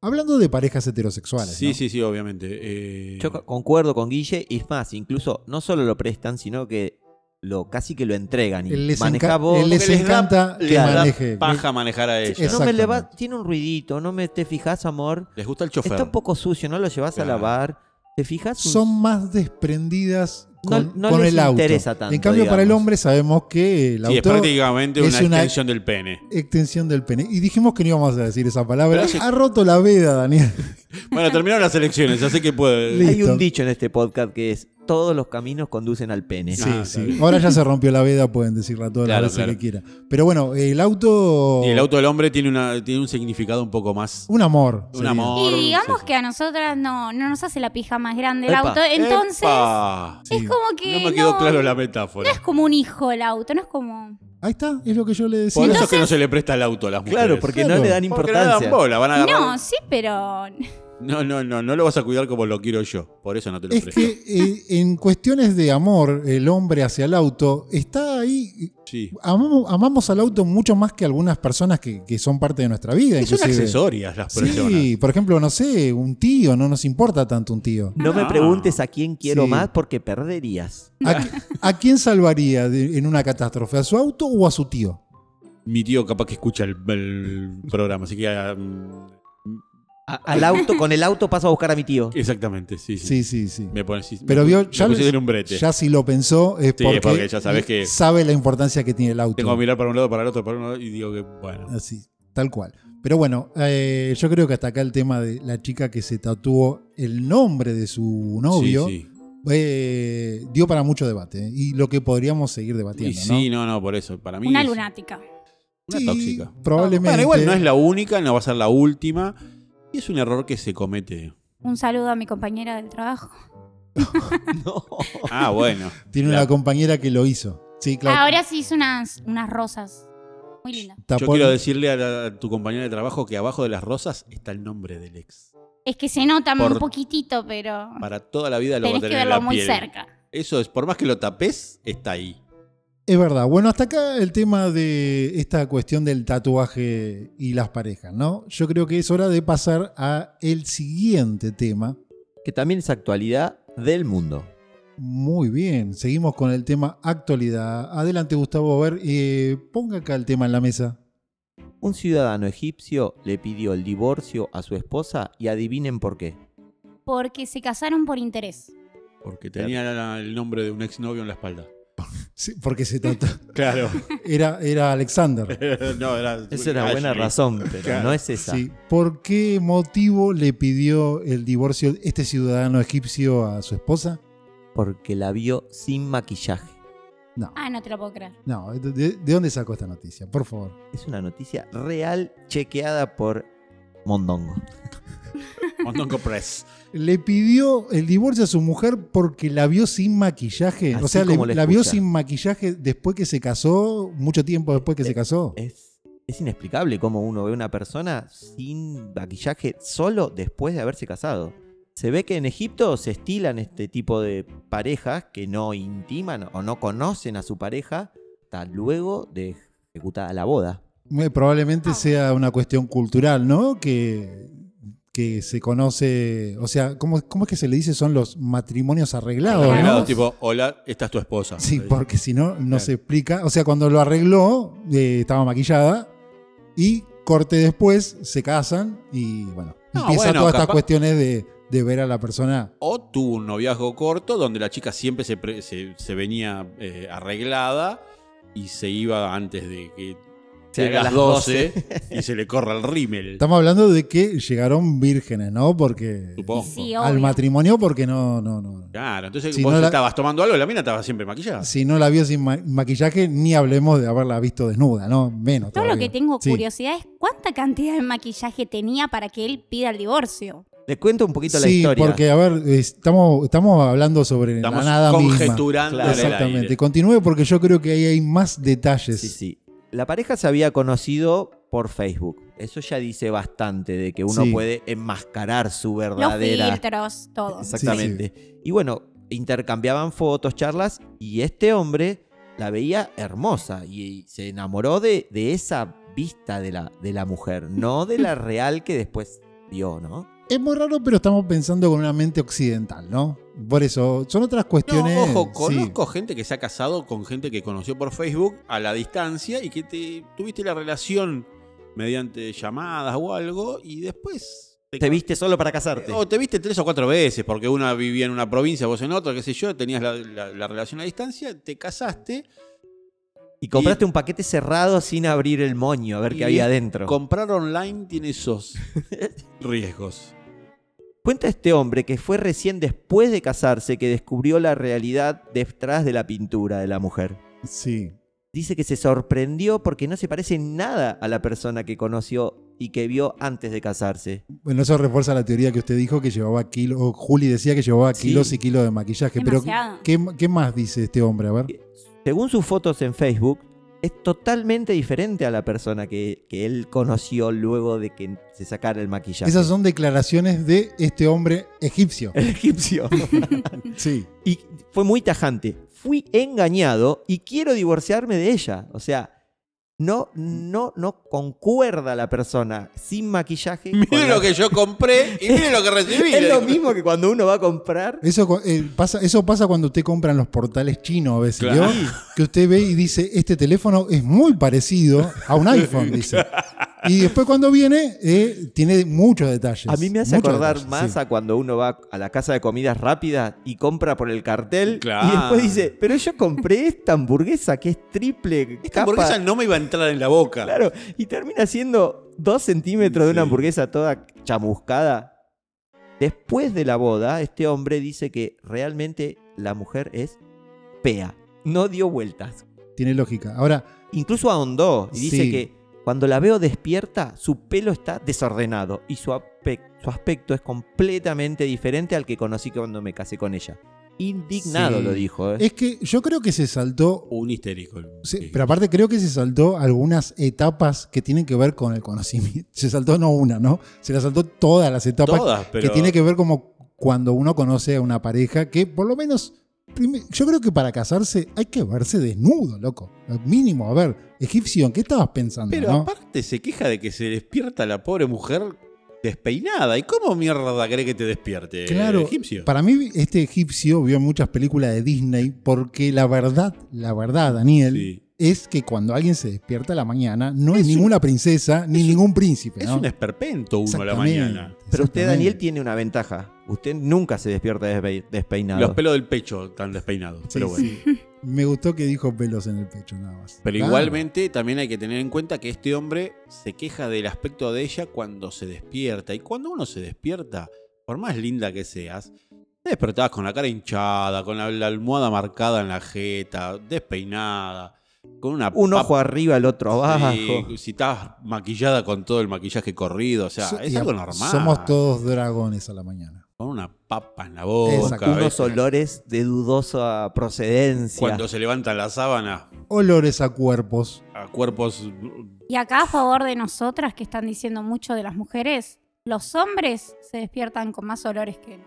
S1: Hablando de parejas heterosexuales.
S2: Sí,
S1: ¿no?
S2: sí, sí, obviamente. Eh,
S4: Yo co- concuerdo con Guille y es más, incluso no solo lo prestan, sino que lo casi que lo entregan y
S1: Él Les,
S4: maneja
S1: enca-
S4: vos.
S1: él les
S2: Porque les da-
S1: encanta que
S2: Le
S4: claro.
S2: da
S1: maneje.
S2: paja manejar a
S4: Sí,
S2: ella.
S1: Exacto.
S4: no me le va-
S1: Exactamente.
S4: tiene un ruidito, no me te fijas, amor.
S2: Les gusta el chofer.
S4: Está un poco sucio, no lo llevas
S2: Claro.
S4: a lavar. ¿Te fijas?
S1: Son más desprendidas
S4: No-
S1: con,
S4: no
S1: con
S4: les
S1: el auto.
S4: interesa tanto,
S1: en cambio, para el
S4: digamos.
S1: hombre sabemos que el
S2: Sí, es
S1: auto
S2: prácticamente
S1: es
S2: una
S1: una-
S2: extensión del pene.
S1: extensión del pene. Y dijimos que no íbamos a decir esa palabra.
S2: Pero hace-
S1: Ha roto la veda, Daniel.
S2: Bueno, terminaron las elecciones, así que puede.
S1: Le-
S4: Hay
S1: listo.
S4: un dicho en este podcast que es: todos los caminos conducen al pene.
S1: Sí,
S2: Ah, está
S1: sí.
S2: bien.
S1: Ahora ya se rompió la veda, pueden decirla todas
S2: Claro,
S1: las veces
S2: claro.
S1: que quiera. Pero bueno, el auto.
S2: Y el auto del hombre tiene, una, tiene un significado un poco más.
S1: Un amor.
S2: Un
S1: sería.
S2: amor.
S3: Y digamos
S2: sí, sí.
S3: que a nosotras no, no nos hace la pija más grande el
S4: Epa.
S3: auto. Entonces,
S2: ¡Epa!
S1: Sí.
S3: es como que.
S2: No me quedó
S3: no-
S2: claro la
S3: No
S2: metáfora.
S3: es como un hijo el auto, no es como.
S1: Ahí está, es lo que yo le decía.
S2: Por eso es que no se le presta el auto a las mujeres.
S4: Claro, porque
S1: Claro.
S4: no le dan
S2: Porque no le
S4: importancia.
S2: dan bola, van a agarrar-
S3: No, sí, pero.
S2: No, no, no, no lo vas a cuidar como lo quiero yo. Por eso no te lo
S1: Es
S2: presto.
S1: que eh, en cuestiones de amor, el hombre hacia el auto está ahí. eh,
S2: Sí.
S1: Amamos, amamos al auto mucho más que algunas personas que, que son parte de nuestra vida.
S2: Y Son
S1: inclusive.
S2: accesorias las personas.
S1: Sí, por ejemplo, no sé, un tío, no nos importa tanto un tío.
S4: No me
S2: Ah.
S4: preguntes a quién quiero
S1: Sí.
S4: más porque perderías.
S1: ¿A, a quién salvaría de- en una catástrofe? ¿A su auto o a su tío?
S2: Mi tío capaz que escucha el, el programa, así que. ah, mm,
S4: A- al auto, con el auto paso a buscar a mi tío.
S2: exactamente, sí. sí.
S1: Sí, sí, sí.
S2: Me pones. me
S1: Pero
S2: pu-
S1: vio,
S2: me
S1: ya,
S2: pusiste en un brete.
S1: ya si lo pensó es
S2: Sí,
S1: porque, eh,
S2: porque ya sabés que-
S1: sabe la importancia que tiene el auto.
S2: Tengo que mirar para un lado, para el otro, para uno y digo que, bueno.
S1: Así, tal cual. Pero bueno, eh, yo creo que hasta acá el tema de la chica que se tatuó el nombre de su novio
S2: Sí, sí.
S1: eh, dio para mucho debate. ¿eh? Y lo que podríamos seguir
S2: Y
S1: debatiendo,
S2: sí, no, no, por eso. Para mí.
S3: Una
S2: es
S3: lunática.
S1: ¿no?
S2: Una
S1: Sí,
S2: tóxica.
S1: Probablemente.
S2: Bueno, igual no es la única, no va a ser la última. Y es un error que se comete.
S3: Un saludo a mi compañera del trabajo.
S4: No.
S2: Ah, bueno.
S1: Tiene
S2: La-
S1: una compañera que lo hizo. Sí, claro.
S3: Ah, Ahora sí hizo unas, unas rosas. Muy lindas.
S2: Yo
S1: Tapó-
S2: quiero decirle a, la- a tu compañera de trabajo que abajo de las rosas está el nombre del ex.
S3: Es que se nota
S2: Por-
S3: un poquitito, pero.
S2: Para toda la vida lo va a
S3: Tenés que
S2: tener en la
S3: verlo muy
S2: piel.
S3: cerca.
S2: Eso es, por más que lo tapes, está ahí.
S1: Es verdad. Bueno, hasta acá el tema de esta cuestión del tatuaje y las parejas, ¿no? Yo creo que es hora de pasar a el siguiente tema.
S4: Que también es actualidad del mundo.
S1: Muy bien. Seguimos con el tema actualidad. Adelante, Gustavo. A ver, eh, ponga acá el tema en la mesa.
S4: Un ciudadano egipcio le pidió el divorcio a su esposa y adivinen por qué.
S3: Porque se casaron por interés.
S2: Porque tenía la- el nombre de un exnovio en la espalda.
S1: Sí, porque se trata.
S2: Claro.
S1: Era, era Alexander.
S2: no, era.
S4: Esa era buena
S2: Ashley.
S4: razón, pero
S2: Claro.
S4: no es esa.
S1: Sí. ¿Por qué motivo le pidió el divorcio este ciudadano egipcio a su esposa?
S4: Porque la vio sin maquillaje.
S1: No,
S3: Ah, no te lo puedo creer.
S1: no. ¿De, de- de dónde sacó esta noticia? Por favor.
S4: Es una noticia real chequeada por Mondongo.
S2: Mondongo Press.
S1: Le pidió el divorcio a su mujer porque la vio sin maquillaje. o
S4: Así
S1: sea, le-
S4: como lo
S1: la vio
S4: escucha.
S1: sin maquillaje después que se casó, mucho tiempo después que se
S4: Eh,
S1: casó.
S4: Es, es inexplicable cómo uno ve a una persona sin maquillaje solo después de haberse casado. se ve que en Egipto se estilan este tipo de parejas que no intiman o no conocen a su pareja hasta luego de ejecutada la boda.
S1: Muy Eh, probablemente
S3: Ah.
S1: sea una cuestión cultural, ¿no? Que, que se conoce, o sea, ¿cómo, cómo es que se le dice? Son los matrimonios arreglados, ¿no?
S2: Arreglado, tipo, hola, esta es tu esposa.
S1: Sí,
S2: Ahí.
S1: porque si no, no
S2: Claro.
S1: se explica. O sea, cuando lo arregló, eh, estaba maquillada y corte después, se casan y bueno,
S2: No,
S1: empieza
S2: bueno,
S1: todas estas
S2: capaz-
S1: cuestiones de, de ver a la persona.
S2: O tuvo un noviazgo corto donde la chica siempre se, pre- se- se venía eh, arreglada y se iba antes de que
S4: Se
S2: sean
S4: haga
S2: las
S4: las
S2: 12 y se le corra el rímel.
S1: Estamos hablando de que llegaron vírgenes, ¿no? Porque
S2: Supongo.
S3: Sí,
S1: al
S3: obvio.
S1: matrimonio, porque no, no, no.
S2: Claro, entonces
S1: Si
S2: vos
S1: no la-
S2: estabas tomando algo y la mina estaba siempre maquillada.
S1: Si no la vio sin ma- maquillaje, ni hablemos de haberla visto desnuda, ¿no? Menos.
S3: Todo lo
S1: todavía.
S3: que tengo
S1: Sí.
S3: curiosidad es cuánta cantidad de maquillaje tenía para que él pida el divorcio.
S4: Les cuento un poquito la
S1: Sí,
S4: historia.
S1: porque, a ver, estamos, estamos hablando sobre
S2: Estamos
S1: la nada misma.
S2: conjeturando
S4: Claro.
S2: en el aire.
S1: Exactamente. Continúe porque yo creo que ahí hay más detalles.
S4: Sí, sí. La pareja se había conocido por Facebook. Eso ya dice bastante de que uno
S1: Sí.
S4: puede enmascarar su
S3: Los
S4: verdadera.
S3: filtros, todo.
S4: Exactamente. Y bueno, intercambiaban fotos, charlas, y este hombre la veía hermosa y se enamoró de, de esa vista de la, de la mujer, no de la real que después vio, ¿no?
S1: Es muy raro, pero estamos pensando con una mente occidental, ¿no? Por eso, son otras
S2: No,
S1: cuestiones.
S2: ojo,
S1: sí.
S2: conozco gente que se ha casado con gente que conoció por Facebook a la distancia y que te, tuviste la relación mediante llamadas o algo y después
S4: Te viste solo para casarte.
S2: O te viste tres o cuatro veces, porque una vivía en una provincia, vos en otra, qué sé yo, tenías la, la- la relación a distancia, te casaste,
S4: Y compraste un paquete cerrado sin abrir el moño, a ver
S2: Y
S4: qué había
S2: es
S4: adentro.
S2: comprar online tiene esos riesgos.
S4: Cuenta este hombre que fue recién después de casarse que descubrió la realidad detrás de la pintura de la mujer.
S1: Sí.
S4: Dice que se sorprendió porque no se parece en nada a la persona que conoció y que vio antes de casarse.
S1: Bueno, eso refuerza la teoría que usted dijo que llevaba kilos. O Juli decía que llevaba
S4: Sí.
S1: kilos y kilos de maquillaje.
S3: Demasiado.
S1: Pero, ¿qué, ¿qué más dice este hombre? A ver.
S4: Según sus fotos en Facebook, es totalmente diferente a la persona que, que él conoció luego de que se sacara el maquillaje.
S1: Esas son declaraciones de este hombre egipcio.
S4: El egipcio.
S1: Sí.
S4: Y fue muy tajante. Fui engañado y quiero divorciarme de ella. O sea, no, no, no concuerda la persona sin maquillaje. con
S2: Miren
S4: la-
S2: lo que yo compré y miren lo que recibí.
S4: Es lo mismo que cuando uno va a comprar.
S1: Eso, cu- eh, pasa, eso pasa cuando usted compra en los portales chinos a veces,
S2: Claro.
S1: ¿vio? Que usted ve y dice, este teléfono es muy parecido a un iPhone, dice. Y después cuando viene, eh, tiene muchos detalles.
S4: A mí me hace
S1: muchos
S4: acordar
S1: detalles,
S4: más
S1: sí.
S4: a cuando uno va a la casa de comidas rápidas y compra por el cartel y
S2: Claro.
S4: después dice, pero yo compré esta hamburguesa que es triple
S2: Esta
S4: capa".
S2: hamburguesa no me iba a entrar en la boca.
S4: Claro, y termina siendo dos centímetros de una
S2: Sí.
S4: hamburguesa toda chamuscada. Después de la boda, este hombre dice que realmente la mujer es fea. No dio vueltas.
S1: Tiene lógica. Ahora,
S4: Incluso ahondó y dice
S1: Sí.
S4: que cuando la veo despierta, su pelo está desordenado y su, ape- su aspecto es completamente diferente al que conocí cuando me casé con ella. Indignado
S1: Sí.
S4: lo dijo. ¿eh?
S1: es que yo creo que se saltó...
S2: Un histérico.
S1: se-
S2: Sí.
S1: Pero aparte creo que se saltó algunas etapas que tienen que ver con el conocimiento. Se saltó no una, ¿no? Se la saltó todas las etapas
S2: Todas, pero.
S1: que tiene que ver como cuando uno conoce a una pareja que por lo menos prime- yo creo que para casarse hay que verse desnudo, loco. Lo Mínimo, a ver, egipcio, ¿en qué estabas pensando?
S2: Pero
S1: no?
S2: aparte se queja de que se despierta la pobre mujer despeinada. ¿Y cómo mierda cree que te despierte?
S1: Claro,
S2: egipcio.
S1: para mí este egipcio vio muchas películas de Disney porque la verdad, la verdad, Daniel,
S2: Sí.
S1: es que cuando alguien se despierta a la mañana no es, ninguna princesa ni ningún príncipe.
S2: Es
S1: ¿no?
S2: un esperpento uno a la
S1: Exactamente,
S2: mañana.
S4: Pero usted,
S1: exactamente.
S4: Daniel, tiene una ventaja. Usted nunca se despierta despe- despeinado.
S2: Los pelos del pecho están despeinados.
S1: Sí,
S2: pero bueno.
S1: sí. Me gustó que dijo pelos en el pecho nada más.
S2: Pero
S1: Claro.
S2: igualmente también hay que tener en cuenta que este hombre se queja del aspecto de ella cuando se despierta. Y cuando uno se despierta, por más linda que seas, te despertabas con la cara hinchada, con la, la almohada marcada en la jeta, despeinada, con una
S4: Un
S2: papa-
S4: ojo arriba, el otro abajo.
S2: Sí, si estás maquillada con todo el maquillaje corrido, o sea,
S1: So-
S2: es
S1: y a-
S2: algo normal.
S1: Somos todos dragones a la mañana.
S2: Con una papa en la boca.
S1: Exacto.
S2: ¿ves?
S4: Unos olores de dudosa procedencia.
S2: Cuando se levantan las sábanas
S1: Olores a cuerpos.
S2: a cuerpos
S3: Y acá a favor de nosotras que están diciendo mucho de las mujeres, los hombres se despiertan con más olores que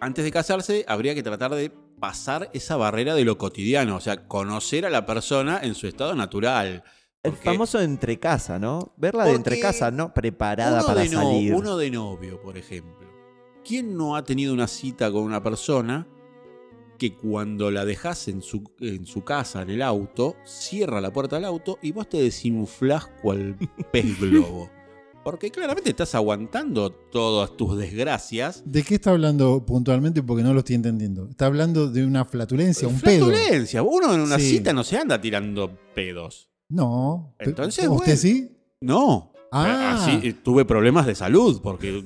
S2: Antes de casarse, habría que tratar de pasar esa barrera de lo cotidiano, o sea, conocer a la persona en su estado natural.
S4: El
S2: Porque
S4: famoso entrecasa, ¿no? Verla de
S2: Porque
S4: entrecasa, ¿no? Preparada
S2: uno
S4: para
S2: de no-
S4: salir.
S2: uno de novio, por ejemplo. ¿Quién no ha tenido una cita con una persona que cuando la dejas en su, en su casa, en el auto, cierra la puerta del auto y vos te desinflás cual pez globo? Porque claramente estás aguantando todas tus desgracias.
S1: ¿De qué está hablando puntualmente? Porque no lo estoy entendiendo. Está hablando de una flatulencia, un pedo.
S2: Flatulencia. Uno en una
S1: Sí.
S2: cita no se anda tirando pedos.
S1: No. pe-
S2: Entonces,
S1: ¿Usted
S2: bueno.
S1: sí?
S2: No.
S1: Ah.
S2: Así, eh, tuve problemas de salud porque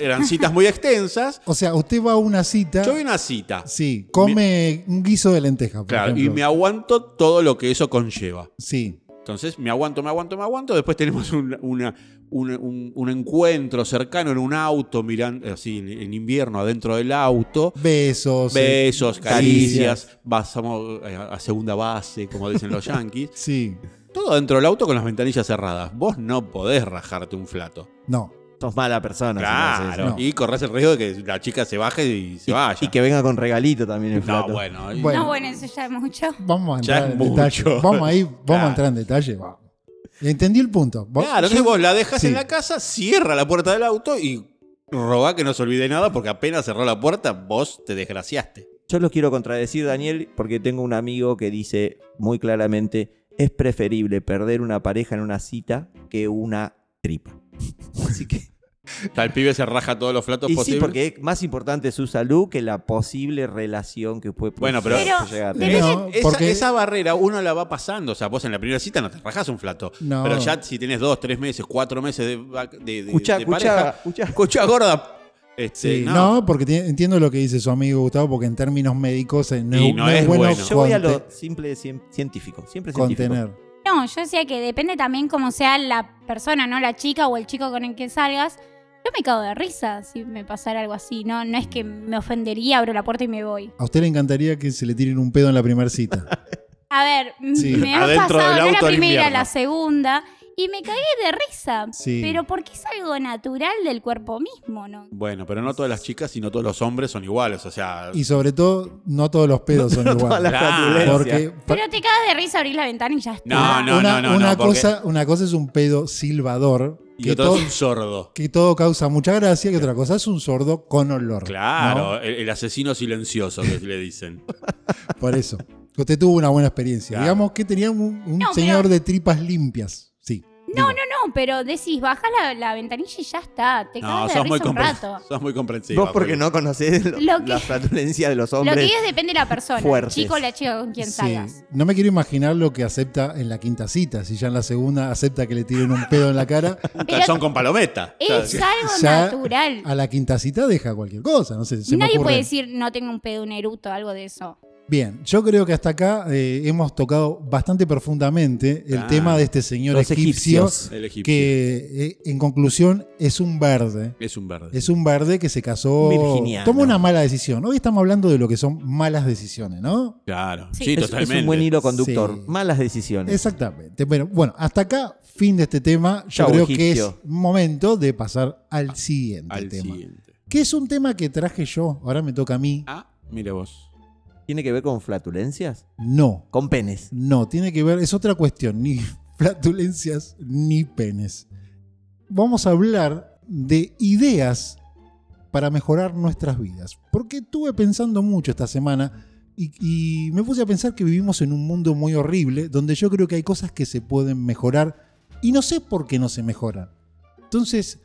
S2: eran citas muy extensas.
S1: O sea, usted va a una cita.
S2: Yo vi una cita.
S1: Sí, come un guiso de lenteja. Por
S2: Claro, y
S1: ejemplo.
S2: me aguanto todo lo que eso conlleva.
S1: Sí.
S2: Entonces, me aguanto, me aguanto, me aguanto. Después tenemos un, una- un- un- un encuentro cercano en un auto, mirando, así, en, en invierno, adentro del auto.
S1: Besos. eh,
S2: Besos, caricias, pasamos eh, a segunda base, como dicen los yanquis.
S1: Sí.
S2: Todo dentro del auto con las ventanillas cerradas. Vos no podés rajarte un flato.
S1: No.
S4: Sos mala persona. si no haces eso.
S2: Claro.
S1: no.
S2: Y corres el riesgo de que la chica se baje y se
S4: Y-
S2: vaya.
S4: Y que venga con regalito también el
S2: no,
S4: plato.
S2: bueno. y-
S1: Bueno.
S3: No, bueno, eso ya es mucho.
S1: Vamos a
S2: Ya
S1: entrar
S2: es
S1: en
S2: mucho.
S1: detalle. Vamos ahí, vamos
S2: Claro.
S1: a entrar en detalle. Entendí el punto. Vos-
S2: Claro,
S1: yo-
S2: entonces vos la dejas
S1: sí.
S2: en la casa, cierra la puerta del auto y roba que no se olvide nada porque apenas cerró la puerta vos te desgraciaste.
S4: Yo los quiero contradecir, Daniel, porque tengo un amigo que dice muy claramente: es preferible perder una pareja en una cita que una tripa. Así que.
S2: O sea, el pibe se raja todos los platos
S4: Y sí,
S2: posibles.
S4: porque es más importante su salud que la posible relación que puede
S2: Bueno, pero-
S4: puede llegar.
S3: Pero-
S1: No,
S2: Esa,
S1: porque-
S2: esa barrera uno la va pasando. O sea, vos en la primera cita no te rajás un flato.
S1: No.
S2: Pero ya si tenés dos, tres meses, cuatro meses de, vac- de, de-
S4: Escuchá,
S2: de
S4: escuchá,
S2: pareja.
S4: escuchá.
S2: Escuchá, gorda. Este,
S1: Sí,
S2: no.
S1: no. porque ti- entiendo lo que dice su amigo Gustavo, porque en términos médicos eh, no,
S2: Y
S1: no es bueno,
S2: No.
S4: Yo voy a
S1: conte-
S4: lo simple cien- científico. Siempre científico.
S1: contener.
S3: No, yo decía que depende también como sea la persona, ¿no? La chica o el chico con el que salgas. Yo me cago de risa si me pasara algo así, ¿no? No es que me ofendería, abro la puerta y me voy.
S1: A usted le encantaría que se le tiren un pedo en la primera cita.
S3: A ver, m-
S1: Sí.
S3: me ha
S2: Adentro
S3: pasado
S2: del
S3: no la
S2: auto en
S3: primera,
S2: invierno.
S3: la segunda, y me cagué de risa.
S1: Sí.
S3: Pero porque es algo natural del cuerpo mismo, ¿no?
S2: Bueno, pero no todas las chicas, sino todos los hombres son iguales. O sea,
S1: Y sobre todo, no todos los pedos son
S4: Toda la
S1: iguales.
S2: Claro.
S1: Porque
S3: Pero te cagas de risa, abrís la ventana y ya está.
S2: No, no,
S1: una,
S2: no, no,
S1: una
S2: no, porque-
S1: cosa, una cosa es un pedo silbador,
S2: y
S1: que,
S2: otro
S1: todo,
S2: es un sordo.
S1: que todo causa mucha gracia, que otra cosa es un sordo con olor.
S2: Claro,
S1: ¿no?
S2: el, el asesino silencioso que le dicen.
S1: Por eso. Usted tuvo una buena experiencia.
S2: Claro.
S1: Digamos que tenía un, un
S3: No,
S1: señor
S3: pero-
S1: de tripas limpias. Sí. No, no,
S3: No, pero decís, baja la, la ventanilla y ya está. Te
S2: No,
S3: cagas
S2: sos
S3: de
S2: muy,
S3: risa un
S2: compre-
S3: rato.
S2: sos muy comprensiva.
S4: Vos porque
S2: Juli.
S4: no conocés lo-
S3: Lo que-
S4: la flatulencia de los
S3: Lo que
S4: hombres.
S3: digo es depende de la persona,
S4: fuertes.
S3: el chico o la chica con quien salgas.
S1: No me quiero imaginar lo que acepta en la quinta cita. Si ya en la segunda acepta que le tiren un pedo en la cara,
S2: Un
S3: Pero-
S2: calzón con palometa.
S3: Es algo
S1: Ya-
S3: natural.
S1: a la quinta cita deja cualquier cosa. No sé, se me
S3: Nadie
S1: ocurre.
S3: puede decir no tengo un pedo, un eruto, algo de eso.
S1: Bien, yo creo que hasta acá eh, hemos tocado bastante profundamente el
S2: Ah,
S1: tema de este señor
S4: Los
S1: egipcio,
S4: egipcios.
S2: El egipcio.
S1: que eh, en conclusión es un verde.
S2: Es un verde.
S1: Es un verde que se casó.
S4: Virginiano.
S1: Tomó una mala decisión. Hoy estamos hablando de lo que son malas decisiones, ¿no?
S2: Claro. Sí,
S3: Sí.
S4: Es- es,
S2: totalmente.
S4: un buen hilo conductor.
S1: Sí.
S4: Malas decisiones.
S1: Exactamente. Bueno, bueno, hasta acá, fin de este tema. Yo
S4: Chau,
S1: creo que es
S4: egipcio.
S1: momento de pasar al siguiente
S2: Al
S1: tema.
S2: siguiente.
S1: Que es un tema que traje yo. Ahora me toca a mí.
S2: Ah, mira vos.
S4: ¿Tiene que ver con flatulencias?
S1: No,
S4: Con penes.
S1: no, tiene que ver. Es otra cuestión. Ni flatulencias ni penes. Vamos a hablar de ideas para mejorar nuestras vidas. Porque estuve pensando mucho esta semana y, y me puse a pensar que vivimos en un mundo muy horrible donde yo creo que hay cosas que se pueden mejorar y no sé por qué no se mejoran. Entonces,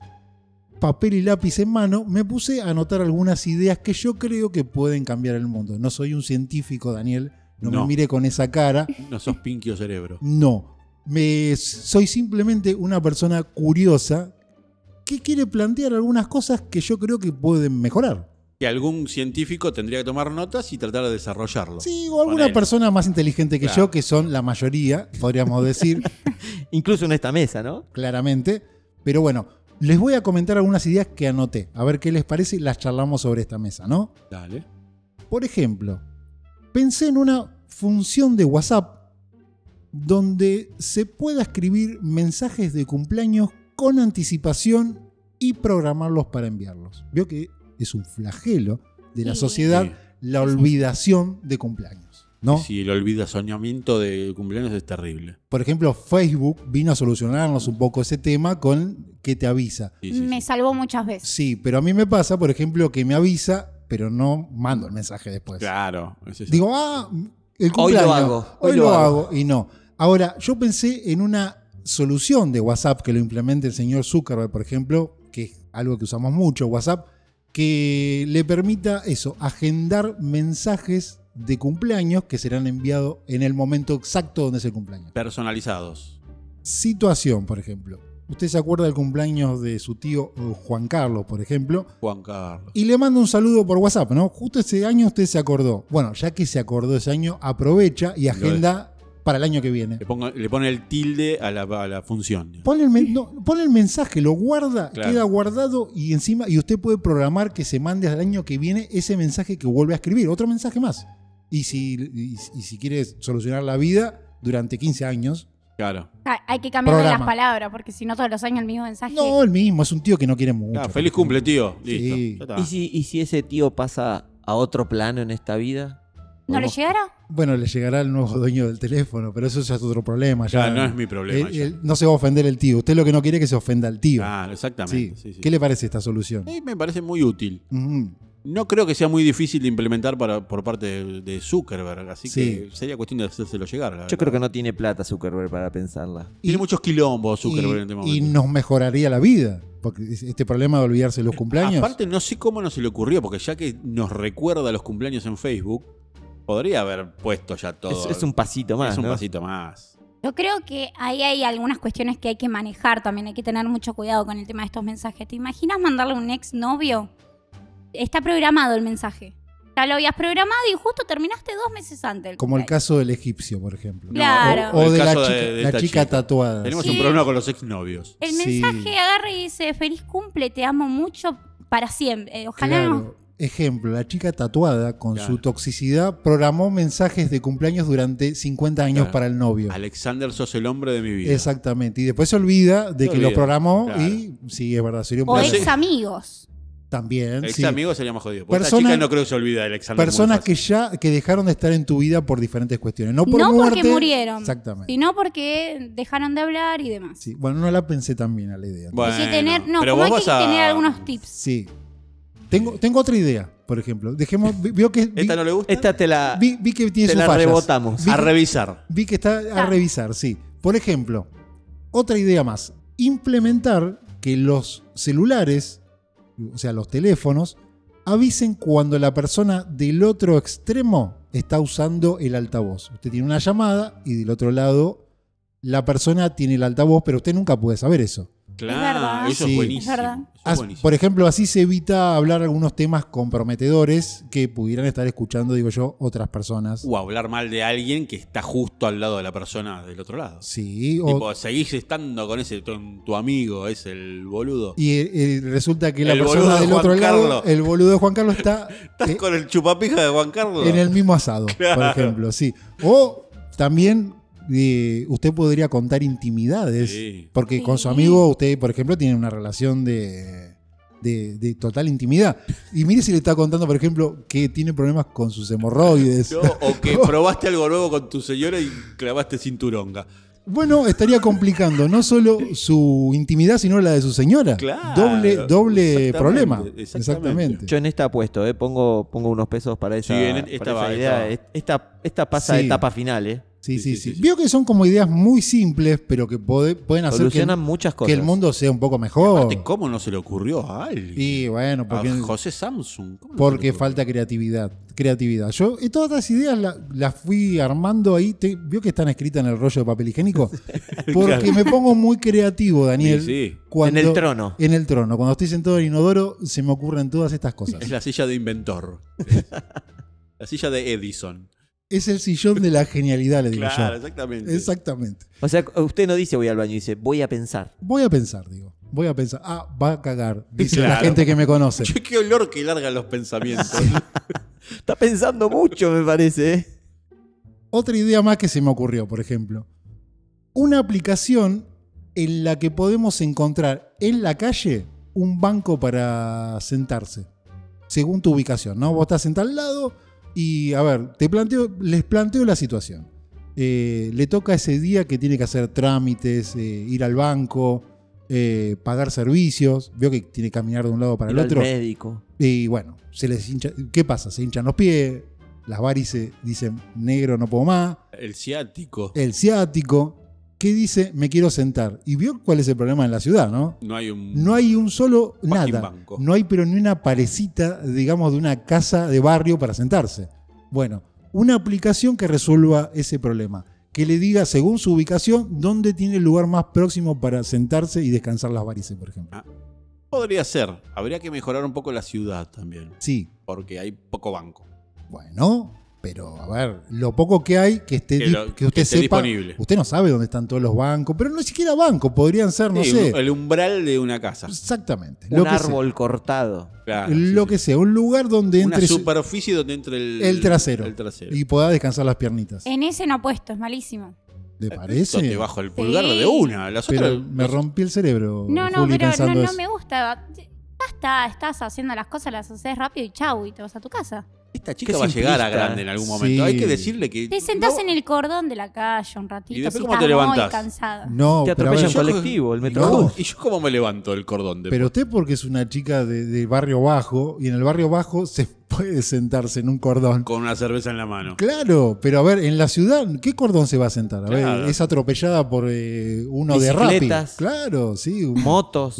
S1: papel y lápiz en mano, me puse a anotar algunas ideas que yo creo que pueden cambiar el mundo. No soy un científico, Daniel, no,
S2: No.
S1: me mire con esa cara.
S2: No sos pinquio cerebro.
S1: No, me, soy simplemente una persona curiosa que quiere plantear algunas cosas que yo creo que pueden mejorar.
S2: Que algún científico tendría que tomar notas y tratar de desarrollarlo.
S1: Sí, o alguna
S2: Ponele.
S1: persona más inteligente que
S2: Claro.
S1: yo, que son la mayoría, podríamos decir,
S4: Incluso en esta mesa, ¿no?
S1: claramente. Pero bueno, les voy a comentar algunas ideas que anoté. A ver qué les parece y las charlamos sobre esta mesa, ¿no?
S2: Dale.
S1: Por ejemplo, pensé en una función de WhatsApp donde se pueda escribir mensajes de cumpleaños con anticipación y programarlos para enviarlos. Vio que es un flagelo de la
S3: Sí.
S1: sociedad
S2: Sí.
S1: la olvidación de cumpleaños. ¿no?
S2: Si el olvida soñamiento de cumpleaños es terrible.
S1: Por ejemplo, Facebook vino a solucionarnos un poco ese tema con que te avisa.
S2: Sí, sí, sí.
S3: me salvó muchas veces.
S1: Sí, pero a mí me pasa, por ejemplo, que me avisa, pero no mando el mensaje después.
S2: Claro. es eso.
S1: Digo, ah, el
S4: Hoy lo
S1: cumpleaños.
S4: hago,
S1: Hoy lo hago. Y no. Ahora, yo pensé en una solución de WhatsApp que lo implemente el señor Zuckerberg, por ejemplo, que es algo que usamos mucho, WhatsApp, que le permita eso, agendar mensajes de cumpleaños que serán enviados en el momento exacto donde es el cumpleaños.
S2: Personalizados.
S1: Situación, por ejemplo. Usted se acuerda del cumpleaños de su tío eh, Juan Carlos, por ejemplo,
S2: Juan Carlos.
S1: y le mando un saludo por WhatsApp, ¿no? Justo ese año usted se acordó. Bueno, ya que se acordó ese año, aprovecha y agenda para el año que viene.
S2: Le, pongo- le pone el tilde a la, a la función. digamos.
S1: Pone el, men- no, pone el mensaje, lo guarda,
S2: Claro.
S1: queda guardado y encima, y usted puede programar que se mande al año que viene ese mensaje que vuelve a escribir, otro mensaje más. Y si, y, y si quiere solucionar la vida durante 15 años,
S2: Claro.
S3: Ah, Hay que cambiarle
S1: Programa.
S3: las palabras, porque si no todos los años el mismo mensaje.
S1: no, el mismo, es un tío que no quiere mucho.
S2: Ah, feliz cumple, tío.
S1: Sí.
S2: Listo. Ya está.
S4: ¿Y, si, y si ese tío pasa a otro plano en esta vida?
S3: ¿No le
S4: Podemos-
S3: llegará?
S1: Bueno, le llegará el nuevo dueño del teléfono, pero eso ya es otro problema. Ya,
S2: Ya, no es mi problema.
S1: El-
S2: ya.
S1: el- no se va a ofender el tío. Usted lo que no quiere es que se ofenda al tío.
S2: Claro,
S1: Sí.
S2: exactamente. sí, sí.
S1: ¿Qué le parece esta solución?
S2: Eh, me parece muy útil.
S1: Ujú.
S2: No creo que sea muy difícil de implementar para, por parte de, de Zuckerberg, así
S1: Sí.
S2: que sería cuestión de hacérselo llegar. la
S4: Yo
S2: verdad.
S4: creo que no tiene plata Zuckerberg para pensarla.
S2: Tiene
S1: Y-
S2: muchos quilombos Zuckerberg en este
S1: y, y
S2: momento.
S1: nos mejoraría la vida. Porque es- este problema de olvidarse de los cumpleaños.
S2: Eh, Aparte, no sé cómo no se le ocurrió, porque ya que nos recuerda los cumpleaños en Facebook, podría haber puesto ya todo.
S4: Es, es un pasito más.
S2: Es un
S4: ¿no?
S2: pasito más.
S3: Yo creo que ahí hay algunas cuestiones que hay que manejar también. Hay que tener mucho cuidado con el tema de estos mensajes. ¿Te imaginas mandarle a un ex novio? Está programado el mensaje. Ya lo habías programado y justo terminaste dos meses antes. del
S1: como el
S3: cumpleaños.
S1: caso del egipcio, por ejemplo.
S3: Claro.
S1: O, o
S2: El
S1: de la
S2: caso
S1: chica,
S2: de
S1: la
S2: esta
S1: chica
S2: chica.
S1: tatuada.
S2: Tenemos
S1: Sí.
S2: un
S3: Sí.
S2: problema con los exnovios.
S3: El
S1: Sí.
S3: mensaje agarra y dice, feliz cumple, te amo mucho para siempre. Eh, ojalá no.
S1: Claro. Ejemplo, la chica tatuada con
S2: Claro.
S1: su toxicidad programó mensajes de cumpleaños durante 50 años
S2: Claro.
S1: para el novio.
S2: Alexander, sos el hombre de mi vida.
S1: Exactamente. Y después se olvida de
S2: Se
S1: que lo
S2: olvida,
S1: programó
S2: claro.
S1: y sí, es verdad, sería un
S3: O
S2: No
S1: problema.
S2: sé.
S3: ex amigos.
S1: También.
S2: Ex
S1: sí.
S2: amigo sería más jodido. Porque esta
S1: Personas-
S2: chica no creo que se olvide de Alexander.
S1: Personas
S2: muy
S1: que
S2: fácil.
S1: ya que dejaron de estar en tu vida por diferentes cuestiones. No, por
S3: No porque
S1: muerte,
S3: murieron.
S1: Exactamente.
S3: Sino porque dejaron de hablar y demás.
S1: Sí. Bueno, no la pensé tan bien a la idea.
S2: Bueno,
S3: hay que tener, no,
S2: pero
S3: como hay
S2: vos
S3: que
S2: vas a-
S3: tener algunos tips.
S1: Sí. Tengo, tengo otra idea, por ejemplo. Dejemos, vi- vio que vi,
S2: ¿Esta no le gusta?
S4: Esta te la,
S1: vi- vi que tiene
S4: te
S1: sus
S4: la
S1: fallas.
S4: rebotamos.
S1: vi-
S2: A revisar.
S1: Vi que está a
S3: Está.
S1: revisar, sí. Por ejemplo, otra idea más. Implementar que los celulares, o sea, los teléfonos, avisen cuando la persona del otro extremo está usando el altavoz. Usted tiene una llamada y del otro lado la persona tiene el altavoz, pero usted nunca puede saber eso.
S2: Claro,
S3: verdad.
S2: eso
S1: Sí.
S2: es buenísimo.
S3: Es verdad.
S2: Eso
S1: As-
S2: es buenísimo.
S1: por ejemplo, así se evita hablar algunos temas comprometedores que pudieran estar escuchando, digo yo, otras personas.
S2: O Uh, hablar mal de alguien que está justo al lado de la persona del otro lado.
S1: Sí, o-
S2: Tipo, seguís estando con ese, tu, tu amigo, es el boludo.
S1: y eh, resulta que la
S2: El boludo
S1: persona
S2: de
S1: del
S2: Juan
S1: otro lado,
S2: Carlos.
S1: el boludo de Juan Carlos está
S2: ¿Estás
S1: eh,
S2: con el chupapija de Juan Carlos?
S1: en el mismo asado, por
S2: Claro.
S1: ejemplo, sí. O también eh, usted podría contar intimidades,
S2: Sí.
S1: porque con su
S3: Sí.
S1: amigo usted, por ejemplo, tiene una relación de... de- de total intimidad. Y mire si le está contando, por ejemplo, que tiene problemas con sus hemorroides.
S2: No, o que probaste algo nuevo con tu señora y clavaste cinturonga.
S1: Bueno, estaría complicando no solo su intimidad, sino la de su señora.
S2: Claro,
S1: doble doble
S2: exactamente,
S1: problema. Exactamente.
S2: exactamente.
S1: Este.
S4: Yo en esta apuesto, eh, pongo, pongo unos pesos para esa,
S2: Sí, en esta
S4: para esa
S2: va,
S4: idea.
S2: esta
S4: Esta, esta pasa
S1: Sí.
S4: de etapa final, ¿eh?
S1: Sí sí sí,
S2: Sí, sí, sí.
S1: Vio que son como ideas muy simples, pero que pode- pueden hacer que,
S4: Solucionan muchas
S1: que
S4: cosas.
S1: el mundo sea un poco mejor.
S2: Aparte, ¿Cómo no se le ocurrió a alguien?
S1: Oh. Y bueno,
S2: A
S1: porque,
S2: José Samsung. ¿cómo no se le
S1: porque
S2: ocurrió?
S1: falta creatividad. Creatividad. Yo eh, todas estas ideas la- las fui armando ahí. Te- ¿Vio que están escritas en el rollo de papel higiénico? Porque
S2: Claro.
S1: me pongo muy creativo, Daniel.
S2: Sí, sí.
S1: cuando-
S4: En el trono.
S1: En el trono. Cuando estoy sentado en el inodoro, se me ocurren todas estas cosas.
S2: Es la silla de inventor. la silla de Edison.
S1: Es el sillón de la genialidad, le digo yo.
S2: Claro, exactamente.
S1: Exactamente.
S4: O sea, usted no dice voy al baño, dice voy a pensar.
S1: Voy a pensar, digo. Voy a pensar. Ah, va a cagar, dice la
S2: Claro.
S1: gente que me conoce.
S2: Che, qué olor que largan los pensamientos.
S4: Está pensando mucho, me parece. ¿eh?
S1: Otra idea más que se me ocurrió, por ejemplo. Una aplicación en la que podemos encontrar en la calle un banco para sentarse, según tu ubicación, ¿no? Vos estás sentado al lado y, a ver, te planteo, les planteo la situación. Eh, le toca ese día que tiene que hacer trámites, eh, ir al banco, eh, pagar servicios. Veo que tiene que caminar de un lado para el
S4: Ir al
S1: otro.
S4: médico.
S1: Y bueno, se les hincha. ¿Qué pasa? Se hinchan los pies, las varices dicen negro, no puedo más,
S2: El ciático.
S1: el ciático. ¿Qué dice? Me quiero sentar. Y vio cuál es el problema en la ciudad, ¿no?
S2: No hay un.
S1: No hay un solo
S2: fucking
S1: nada.
S2: banco.
S1: No hay pero ni una parecita, digamos, de una casa de barrio para sentarse. Bueno, una aplicación que resuelva ese problema. Que le diga, según su ubicación, dónde tiene el lugar más próximo para sentarse y descansar las varices, por ejemplo.
S2: Podría ser. Habría que mejorar un poco la ciudad también.
S1: Sí,
S2: Porque hay poco banco.
S1: Bueno, pero a ver, lo poco que hay que esté,
S2: Que
S1: di-
S2: lo-
S1: que
S2: que
S1: usted
S2: esté
S1: sepa,
S2: disponible.
S1: usted no sabe dónde están todos los bancos, pero no siquiera bancos, podrían ser, no
S2: Sí,
S1: sé,
S2: un- el umbral de una casa.
S1: exactamente,
S4: Un
S1: lo que
S4: árbol cortado.
S1: sea,
S2: Claro,
S1: lo
S2: ah, sí,
S1: que
S2: sí.
S1: sea, un lugar donde
S2: Una
S1: entre su-
S2: superficie donde entre el,
S1: el trasero,
S2: El trasero.
S1: y pueda descansar las piernitas.
S3: En ese no apuesto, es malísimo.
S1: ¿Te
S2: Esto
S1: parece?
S2: te bajo el pulgar de
S3: Sí.
S2: una. Las
S1: Pero
S2: otras-
S1: me rompí el cerebro,
S3: No, no,
S1: Juli,
S3: pero no,
S1: pensando
S3: no
S1: eso.
S3: me gusta. Ya está, estás haciendo las cosas, las haces rápido y chau, y te vas a tu casa.
S2: Esta chica
S4: qué
S2: va a llegar a
S4: simplista.
S2: grande en algún momento.
S1: Sí.
S2: Hay que decirle que.
S3: Te sentás
S2: no-
S3: en el cordón de la calle un ratito,
S2: ¿Y
S3: si
S2: después
S3: estás
S2: cómo te
S3: muy
S2: levantás?
S3: cansada.
S1: No,
S4: Te
S1: pero a
S4: atropella
S1: ver,
S4: un colectivo, el
S2: ¿Y cómo-
S1: No.
S4: metrobús.
S2: ¿Y yo cómo me levanto el cordón? De
S1: Pero usted porque es una chica de, de barrio bajo y en el barrio bajo se puede sentarse en un cordón.
S2: Con una cerveza en la mano.
S1: Claro, pero a ver, en la ciudad, ¿qué cordón se va a sentar? A ver,
S2: Claro.
S1: es atropellada por eh, uno de Rappi.
S4: Bicicletas.
S1: Claro, sí. un-
S4: Motos.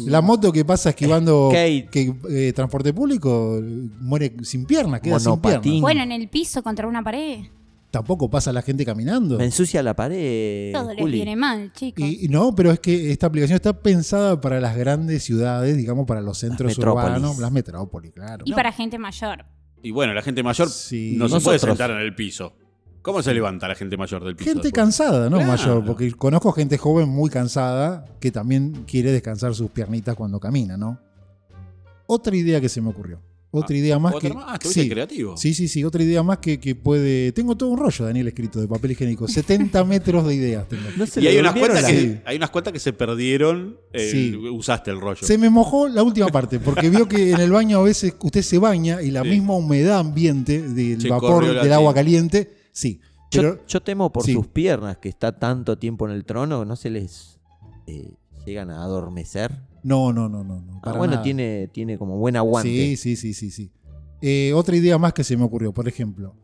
S1: La moto que pasa esquivando
S4: Skate.
S1: que, eh, transporte público eh, muere sin piernas, queda sin
S4: Monopatín.
S1: piernas.
S3: Bueno, en el piso contra una pared.
S1: Tampoco pasa la gente caminando.
S4: Me ensucia la pared.
S3: Todo les
S4: Eh, Juli.
S3: viene mal, chicos.
S1: Y, y no, pero es que esta aplicación está pensada para las grandes ciudades, digamos, para los centros
S4: metrópolis.
S1: urbanos, las metrópolis, claro.
S3: Y para gente mayor.
S2: Y bueno, la gente mayor
S1: Sí.
S2: no se puede
S4: Nosotros.
S2: sentar en el piso. ¿Cómo se levanta la gente mayor del piso?
S1: Gente
S2: después?
S1: cansada, ¿no?
S2: Claro.
S1: Mayor, porque conozco gente joven muy cansada que también quiere descansar sus piernitas cuando camina, ¿no? Otra idea que se me ocurrió. Otra idea más
S2: ¿Otra
S1: que.
S2: más? Ah, estuviste
S1: sí,
S2: creativo.
S1: sí, sí, sí, otra idea más que, que puede. Tengo todo un rollo, Daniel, escrito de papel higiénico. 70 metros de ideas tengo.
S4: No se
S2: Y
S4: le
S2: hay unas,
S4: durmieron
S2: cuentas
S4: las-
S2: que, hay unas cuentas que se perdieron. eh,
S1: Sí.
S2: Usaste el rollo.
S1: Se me mojó la última parte, porque vio que en el baño a veces usted se baña y la
S2: Sí.
S1: misma humedad ambiente del
S2: Se
S1: vapor
S2: corrió la-
S1: del agua caliente, sí. Pero
S4: Yo, yo temo por
S1: Sí.
S4: sus piernas, que está tanto tiempo en el trono, no se les eh, llegan a adormecer.
S1: no, no, no, no. no
S4: Ah,
S1: para
S4: bueno,
S1: nada.
S4: tiene, tiene como buen aguante.
S1: Sí, sí, sí, sí, sí. Eh, otra idea más que se me ocurrió, por ejemplo,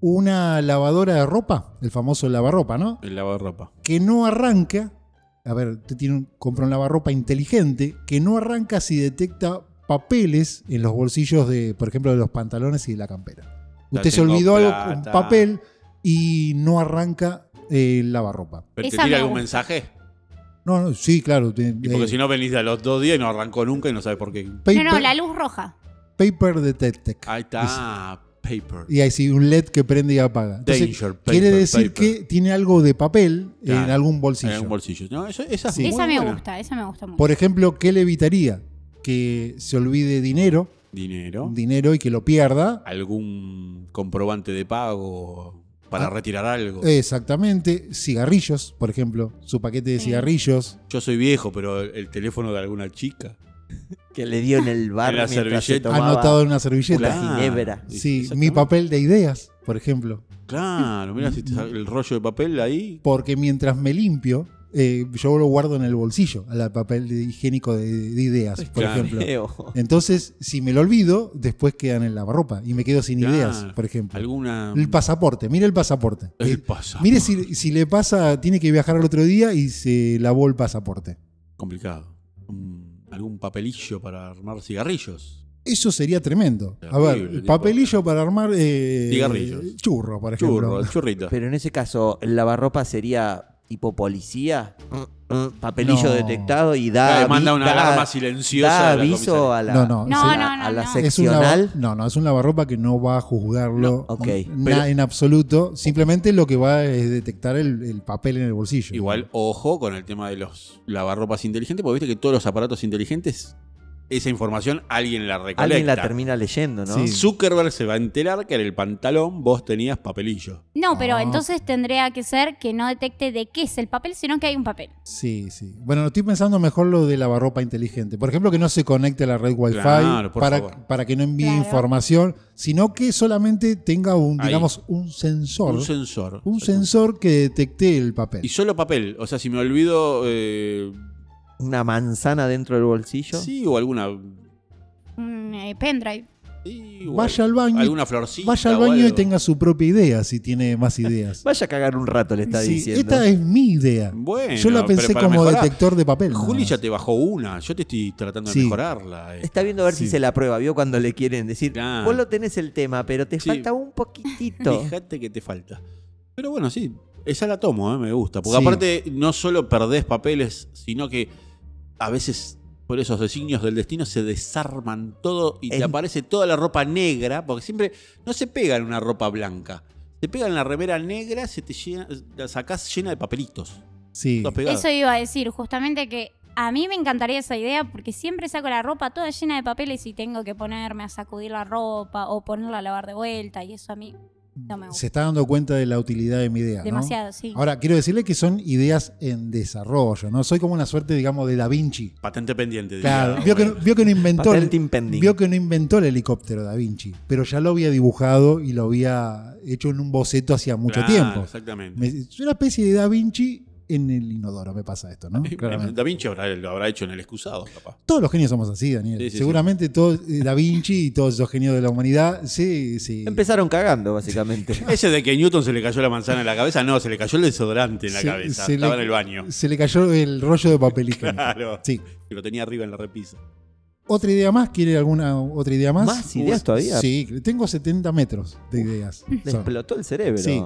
S1: una lavadora de ropa, el famoso lavarropa, ¿no?
S2: El lavarropa.
S1: Que no arranca. A ver, usted tiene un, compra un lavarropa inteligente que no arranca si detecta papeles en los bolsillos de, por ejemplo, de los pantalones y de la campera.
S2: Ya
S1: Usted se
S2: tengo
S1: olvidó algo, un
S2: plata.
S1: papel y no arranca eh, el lavarropa.
S2: ¿Pero te
S3: Esa
S2: tira
S3: me
S2: algún
S3: gusta.
S2: mensaje?
S1: No, no, sí, claro. te-
S2: Y porque
S1: eh,
S2: si no venís a los dos días y no arrancó nunca y no sabes por qué.
S1: paper,
S3: No, no, la luz roja.
S1: paper detect.
S2: Ahí está. Paper.
S1: Y ahí sí, un LED que prende y apaga. Entonces,
S2: Danger. Paper,
S1: Quiere decir
S2: paper.
S1: que tiene algo de papel en
S2: Claro,
S1: algún bolsillo.
S2: En un bolsillo. No, eso- esa es
S1: Sí.
S2: muy
S3: esa me
S2: buena.
S3: gusta, esa me gusta mucho.
S1: Por ejemplo, ¿qué le evitaría? Que se olvide dinero,
S2: Dinero.
S1: dinero y que lo pierda.
S2: algún comprobante de pago para
S1: Ah.
S2: retirar algo.
S1: Exactamente. Cigarrillos, por ejemplo, su paquete de
S3: Sí.
S1: cigarrillos.
S2: Yo soy viejo, pero el teléfono de alguna chica.
S4: Que le dio en el bar
S2: En la
S4: mientras se
S2: servilleta.
S4: tomaba
S1: anotado en una
S4: una
S1: servilleta.
S2: Claro.
S4: ginebra.
S1: Sí,
S2: Exactamente.
S1: mi papel de ideas, por ejemplo.
S2: Claro, mira el rollo de papel ahí.
S1: Porque mientras me limpio, eh, yo lo guardo en el bolsillo, al papel de- higiénico de, de ideas, por
S2: Claro.
S1: ejemplo.
S4: Feo.
S1: Entonces, si me lo olvido, después queda en el lavarropa y me quedo sin
S2: Claro.
S1: ideas, por ejemplo.
S2: Alguna.
S1: El pasaporte, mire el pasaporte.
S2: el
S1: Eh,
S2: pasaporte.
S1: mire si, si le pasa, tiene que viajar al otro día y se lavó el pasaporte.
S2: Complicado. Un- algún papelillo para armar cigarrillos.
S1: Eso sería tremendo. A
S2: Terrible,
S1: ver,
S2: tipo.
S1: papelillo para armar eh,
S2: Cigarrillos.
S1: churro, por ejemplo.
S2: Churro, churrito.
S4: Pero en ese caso, el lavarropa sería tipo policía. Papelillo
S1: No.
S4: detectado y da.
S2: Ah, manda
S4: avi-
S2: una
S4: da-
S2: alarma
S4: da
S2: silenciosa. a la
S4: aviso
S2: comisaría.
S4: a la,
S1: No, no,
S3: No,
S4: a,
S3: no, no,
S4: a la
S3: no.
S1: Es un lava-
S4: seccional.
S1: no, no, es un lavarropa que no va a juzgarlo
S4: No, ok.
S1: na-
S4: Pero-
S1: en absoluto. Simplemente lo que va es detectar el, el papel en el bolsillo.
S2: Igual, ojo con el tema de los lavarropas inteligentes, porque viste que todos los aparatos inteligentes esa información alguien la recolecta.
S4: Alguien la termina leyendo, ¿no?
S1: Sí.
S2: Zuckerberg se va a enterar que en el pantalón vos tenías papelillo.
S3: No, pero
S4: Ah.
S3: entonces tendría que ser que no detecte de qué es el papel, sino que hay un papel.
S1: Sí, sí. Bueno, estoy pensando mejor lo de lavarropa inteligente. Por ejemplo, que no se conecte a la red Wi-Fi
S2: Claro, por
S1: para,
S2: favor.
S1: para que no envíe
S3: Claro.
S1: información, sino que solamente tenga un,
S2: Ahí.
S1: digamos, un sensor.
S2: Un sensor.
S1: Un sensor que detecte el papel.
S2: Y solo papel. O sea, si me olvido. eh,
S4: Una manzana dentro del bolsillo.
S2: sí, o alguna.
S3: Un eh, pendrive.
S2: sí, o
S1: Vaya al baño, y-
S2: Alguna florcita.
S1: vaya al
S2: o
S1: baño y
S2: algo.
S1: tenga su propia idea si tiene más ideas.
S4: Vaya a cagar un rato, le está
S1: Sí,
S4: diciendo.
S1: esta es mi idea.
S2: Bueno,
S1: Yo la
S2: pero
S1: pensé
S2: para
S1: como
S2: mejorar.
S1: detector de papel. nada
S2: Juli
S1: más.
S2: ya te bajó una. Yo te estoy tratando
S1: Sí.
S2: de mejorarla. eh.
S4: Está viendo a ver
S1: Sí.
S4: si se la prueba. Vio cuando le quieren decir,
S2: Claro.
S4: vos lo tenés el tema, pero te
S2: Sí.
S4: falta un poquitito.
S2: Fíjate que te falta. Pero bueno, sí, esa la tomo, eh, me gusta. Porque
S1: Sí.
S2: aparte, no solo perdés papeles, sino que a veces por esos designios del destino se desarman todo y te
S4: En-
S2: aparece toda la ropa negra, porque siempre no se pega en una ropa blanca. Te pega en la remera negra, se te llena, la sacás llena de papelitos.
S1: Sí.
S2: Todas pegadas.
S3: Eso iba a decir, justamente que a mí me encantaría esa idea porque siempre saco la ropa toda llena de papeles y tengo que ponerme a sacudir la ropa o ponerla a lavar de vuelta y eso a mí no me gusta.
S1: Se está dando cuenta de la utilidad de mi idea. ¿no?
S3: Demasiado, sí.
S1: Ahora, quiero decirle que son ideas en desarrollo, ¿no? Soy como una suerte, digamos, de Da Vinci.
S2: Patente pendiente.
S1: Claro,
S2: diría,
S1: vio que,
S2: ah, bueno.
S1: vio que no inventó
S4: Patente
S1: el,
S4: impending.
S1: vio que no inventó el helicóptero Da Vinci, pero ya lo había dibujado y lo había hecho en un boceto hacía mucho
S2: Claro,
S1: tiempo.
S2: Exactamente.
S1: Me- es una especie de Da Vinci en el inodoro, me pasa esto, ¿no? Claramente.
S2: Da Vinci habrá- lo habrá hecho en el excusado, capaz.
S1: Todos los genios somos así, Daniel.
S2: Sí, sí,
S1: Seguramente todos, eh, Da Vinci y todos esos genios de la humanidad, sí, sí.
S4: Empezaron cagando, básicamente.
S2: Ese de que Newton se le cayó la manzana en la cabeza, no, se le cayó el desodorante en la
S1: Se-
S2: cabeza.
S1: se
S2: Estaba
S1: le-
S2: en el baño.
S1: Se le cayó el rollo de papel higiénico.
S2: Claro.
S1: Sí.
S2: Que lo tenía arriba en la repisa.
S1: ¿Otra idea más? ¿Quiere alguna otra idea más?
S4: ¿Más ideas todavía?
S1: Sí, tengo 70 metros de ideas.
S4: Le
S1: Son-
S4: explotó el cerebro.
S1: Sí.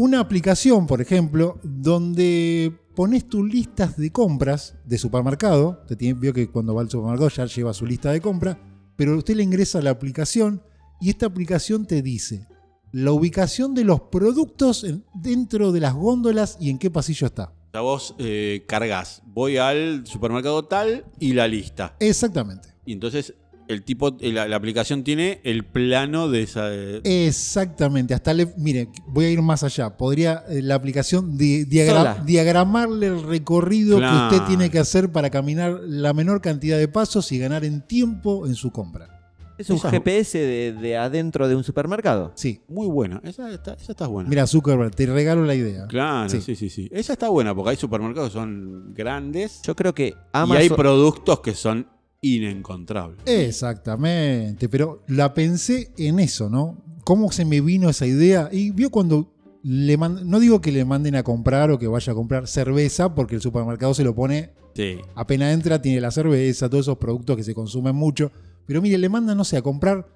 S1: Una aplicación, por ejemplo, donde pones tus listas de compras de supermercado. Te tiene- vio que cuando va al supermercado ya lleva su lista de compra, pero usted le ingresa a la aplicación y esta aplicación te dice la ubicación de los productos en- dentro de las góndolas y en qué pasillo está.
S2: O sea, vos eh, cargas, voy al supermercado tal y la lista.
S1: Exactamente.
S2: Y entonces el tipo, eh, la, la aplicación tiene el plano de esa. eh,
S1: Exactamente, hasta le, mire, voy a ir más allá. Podría eh, la aplicación di- diagra-
S4: Sola.
S1: diagramarle el recorrido
S2: Claro.
S1: que usted tiene que hacer para caminar la menor cantidad de pasos y ganar en tiempo en su compra.
S4: Es un
S2: Esa-
S4: GPS de, de adentro de un supermercado.
S1: Sí,
S2: muy buena. Esa está, esa está buena.
S1: mira Zuckerberg, te regalo la idea.
S2: Claro,
S1: Sí.
S2: sí. sí, sí, Esa está buena porque hay supermercados que son grandes
S4: Yo creo que
S2: y hay
S4: Amazon...
S2: productos que son inencontrables.
S1: Exactamente, pero la pensé en eso, ¿no? ¿Cómo se me vino esa idea? Y vio cuando le man- no digo que le manden a comprar o que vaya a comprar cerveza porque el supermercado se lo pone
S2: Sí.
S1: Apenas entra, tiene la cerveza, todos esos productos que se consumen mucho. Pero mire, le mandan, no sé, a comprar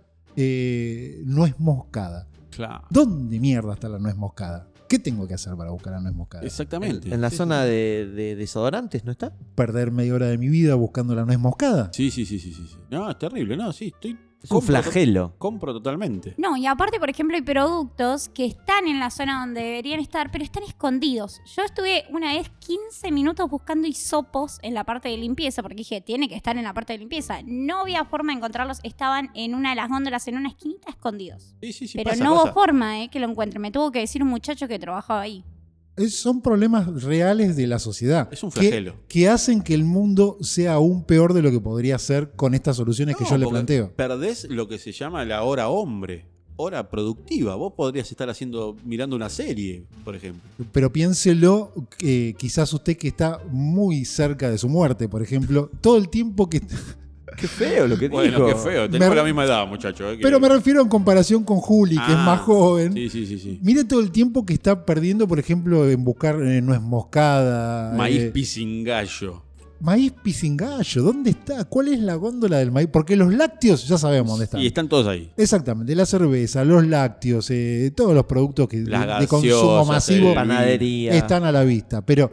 S1: eh, nuez moscada.
S2: Claro.
S1: ¿Dónde mierda está la nuez moscada? ¿Qué tengo que hacer para buscar la nuez moscada?
S2: Exactamente.
S4: En la
S2: Sí,
S4: zona de, de desodorantes, ¿no está?
S1: ¿Perder media hora de mi vida buscando la nuez moscada?
S2: Sí, sí, sí, sí, sí. sí. No, es terrible. No, sí, estoy.
S4: Es un flagelo.
S2: Compro totalmente.
S3: No, y aparte, por ejemplo, hay productos que están en la zona donde deberían estar, pero están escondidos. Yo estuve una vez 15 minutos buscando hisopos en la parte de limpieza, porque dije, tiene que estar en la parte de limpieza. No había forma de encontrarlos, estaban en una de las góndolas, en una esquinita, escondidos.
S2: Sí, sí, sí.
S3: pero
S2: pasa,
S3: no
S2: pasa.
S3: hubo forma eh, que lo encuentre. Me tuvo que decir un muchacho que trabajaba ahí.
S1: Es- son problemas reales de la sociedad.
S2: Es un
S1: que-
S2: flagelo.
S1: Que, hacen que el mundo sea aún peor de lo que podría ser con estas soluciones que
S2: No,
S1: yo le
S2: porque
S1: planteo.
S2: Perdés lo que se llama la hora hombre, hora productiva. Vos podrías estar haciendo, mirando una serie, por ejemplo.
S1: Pero piénselo, eh, quizás usted que está muy cerca de su muerte, por ejemplo, todo el tiempo que...
S4: Qué feo lo que
S2: Bueno, qué feo. Tenemos
S1: Me-
S2: la misma edad, muchacho. eh, que-
S1: Pero me refiero en comparación con Juli, que es
S2: Ah,
S1: más joven.
S2: Sí, sí, sí, sí.
S1: Mire todo el tiempo que está perdiendo, por ejemplo, en buscar eh, nuez moscada.
S2: Maíz
S1: eh,
S2: pisingallo.
S1: maíz pisingallo. ¿Dónde está? ¿Cuál es la góndola del maíz? Porque los lácteos ya sabemos dónde están.
S2: Y están todos ahí.
S1: Exactamente, la cerveza, los lácteos, eh, todos los productos que, de,
S2: Las
S1: de consumo
S2: gaseosas, eh,
S1: masivo
S2: el-
S4: Panadería.
S1: están a la vista. Pero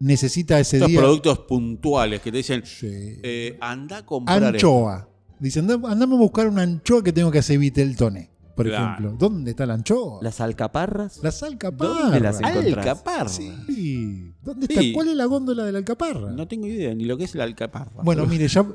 S1: necesita ese
S2: Estos
S1: día.
S2: productos puntuales que te dicen,
S1: Sí.
S2: eh, anda a comprar.
S1: anchoa. Dicen, "Andá- andame a buscar una anchoa que tengo que hacer Viteltone, por
S2: Claro.
S1: ejemplo. ¿Dónde está la anchoa?
S4: Las alcaparras.
S1: Las alcaparras.
S4: ¿Dónde las
S2: esto".
S4: encontrás?
S2: Alcaparra.
S1: Sí. ¿Dónde
S2: Sí.
S1: está? ¿Cuál es la góndola de la alcaparra?
S2: No tengo idea ni lo que es la alcaparra.
S1: bueno, mire, ya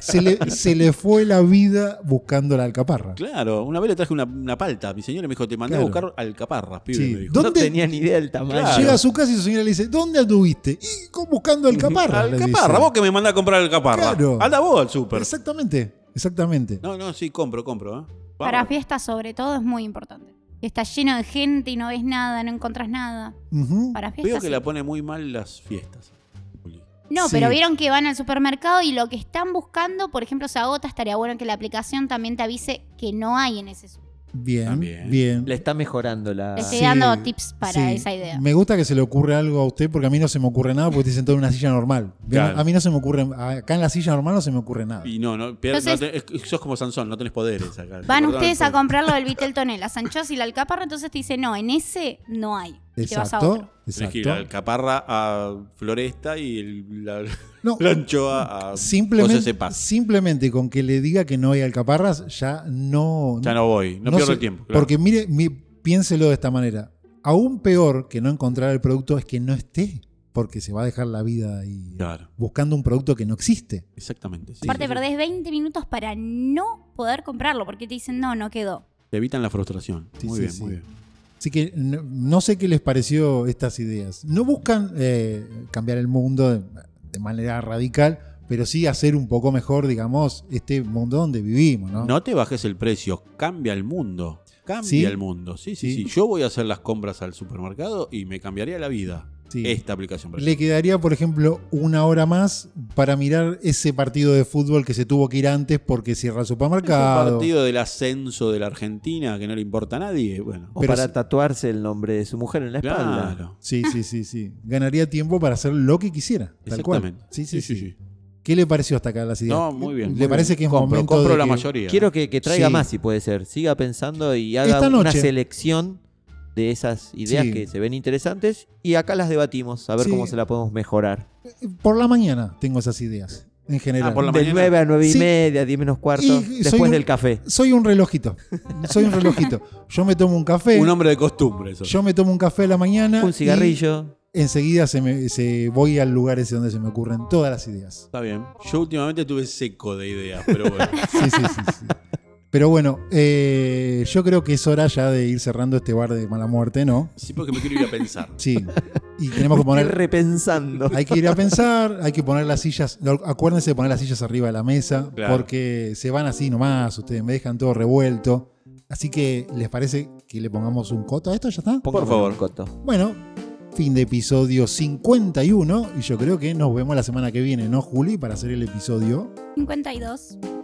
S1: Se le, se le fue la vida buscando la alcaparra.
S2: Claro, una vez le traje una, una palta. Mi señora me dijo, te mandé a
S1: Claro.
S2: buscar alcaparras, pibe.
S1: Sí.
S2: me dijo.
S1: ¿Dónde-
S4: No tenía ni idea del tamaño.
S2: Claro.
S1: Llega a su casa y su señora le dice, ¿dónde anduviste? Y co- buscando alcaparra. le dice.
S2: Alcaparra, vos que me mandás a comprar alcaparra.
S1: Claro.
S2: Anda vos al súper.
S1: Exactamente, exactamente.
S2: No, no, sí, compro, compro. ¿eh? Vamos.
S3: Para fiestas sobre todo es muy importante. Está lleno de gente y no ves nada, no encontrás nada.
S1: Ujú.
S3: Para
S2: Veo
S3: fiestas.
S2: que la pone muy mal las fiestas.
S3: No,
S1: Sí.
S3: pero vieron que van al supermercado y lo que están buscando, por ejemplo, se agota, estaría bueno que la aplicación también te avise que no hay en ese super.
S1: Bien,
S2: También.
S1: bien.
S4: Le está mejorando la.
S3: Le estoy
S1: Sí,
S3: dando tips para
S1: Sí.
S3: esa idea.
S1: Me gusta que se le ocurre algo a usted porque a mí no se me ocurre nada porque estoy sentado en una silla normal. Bien,
S2: Claro.
S1: A mí no se me ocurre, acá en la silla normal no se me ocurre nada.
S2: Y no, no, pier-
S3: Entonces-
S2: no te- es- sos como Sansón, no tenés poderes acá.
S3: Van
S2: Perdón,
S3: ustedes a
S2: pero-
S3: comprar lo del Viteltoné, la Sanchos y la Alcaparra, entonces te dice, no, en ese no hay. Y te vas a
S1: Exacto,
S3: otro.
S2: Tenés que ir a
S1: exacto.
S2: alcaparra a Floresta y el, la,
S1: No,
S2: la anchoa a José
S1: simplemente,
S2: Cepaz.
S1: simplemente con que le diga que no hay alcaparras, ya no.
S2: Ya no voy, no, pierdo
S1: sé,
S2: el tiempo. claro.
S1: Porque mire, mi- piénselo de esta manera. Aún peor que no encontrar el producto es que no esté, porque se va a dejar la vida ahí
S2: Claro,
S1: buscando un producto que no existe.
S2: exactamente. sí,
S3: Aparte
S2: sí, sí.
S3: perdés 20 minutos para no poder comprarlo, porque te dicen, no, no quedó.
S2: Te evitan la frustración.
S1: Sí,
S2: muy
S1: sí,
S2: bien,
S1: sí.
S2: muy bien.
S1: Así que no, no sé qué les pareció estas ideas. No buscan eh, cambiar el mundo de, de manera radical, pero sí hacer un poco mejor, digamos, este mundo donde vivimos, ¿no?
S2: No te bajes el precio, cambia el mundo. Cambia
S1: Sí.
S2: el mundo. Sí, sí,
S1: Sí.
S2: sí, Yo voy a hacer las compras al supermercado y me cambiaría la vida.
S1: Sí.
S2: Esta aplicación. por
S1: Le quedaría, por ejemplo, una hora más para mirar ese partido de fútbol que se tuvo que ir antes porque cierra el
S2: ejemplo. Es un
S1: supermercado.
S2: partido del ascenso de la Argentina que no le importa a nadie. Bueno,
S4: O
S1: Pero
S4: para
S1: si-
S4: tatuarse el nombre de su mujer en la espalda.
S2: claro.
S1: Sí, sí, sí, sí. Ganaría tiempo para hacer lo que quisiera. Tal cual.
S2: Exactamente.
S1: Sí sí, sí, ¿Qué le pareció hasta acá las ideas?
S2: No, muy bien.
S1: ¿Le
S2: muy bien.
S1: parece que es
S2: compro,
S1: momento
S2: compro
S1: de
S2: la
S1: que-
S2: mayoría.
S4: Quiero que, que traiga
S1: Sí.
S4: más, si puede ser. Siga pensando y haga
S1: Esta
S4: una
S1: noche.
S4: selección de esas ideas
S1: Sí.
S4: que se ven interesantes y acá las debatimos, a ver
S1: Sí.
S4: cómo se la podemos mejorar.
S1: Por la mañana tengo esas ideas, en general.
S2: Ah, por la
S4: De
S2: mañana.
S4: 9 a 9 y
S1: Sí.
S4: media, 10 menos cuarto,
S1: Y soy
S4: después
S1: un-
S4: del café.
S1: Soy un relojito. Soy un relojito. Yo me tomo un café.
S2: Un hombre de costumbre, eso.
S1: Yo me tomo un café a la mañana.
S4: Un cigarrillo.
S1: y enseguida se me, se voy al lugar ese donde se me ocurren todas las ideas.
S2: Está bien. Yo últimamente tuve seco de ideas, pero bueno.
S1: Sí, sí, sí. sí. Pero bueno, eh, yo creo que es hora ya de ir cerrando este bar de mala muerte, ¿no?
S2: Sí, porque me quiero ir a pensar.
S1: Sí. Y tenemos que
S4: Estoy
S1: poner.
S4: repensando.
S1: Hay que ir a pensar, hay que poner las sillas. lo- Acuérdense de poner las sillas arriba de la mesa,
S2: Claro.
S1: porque se van así nomás, ustedes me dejan todo revuelto. Así que, ¿les parece que le pongamos un coto a esto? ¿Ya está?
S4: Póngamelo
S2: favor.
S4: en coto.
S1: Bueno, fin de episodio 51. Y yo creo que nos vemos la semana que viene, ¿no, Juli? Para hacer el episodio
S3: 52.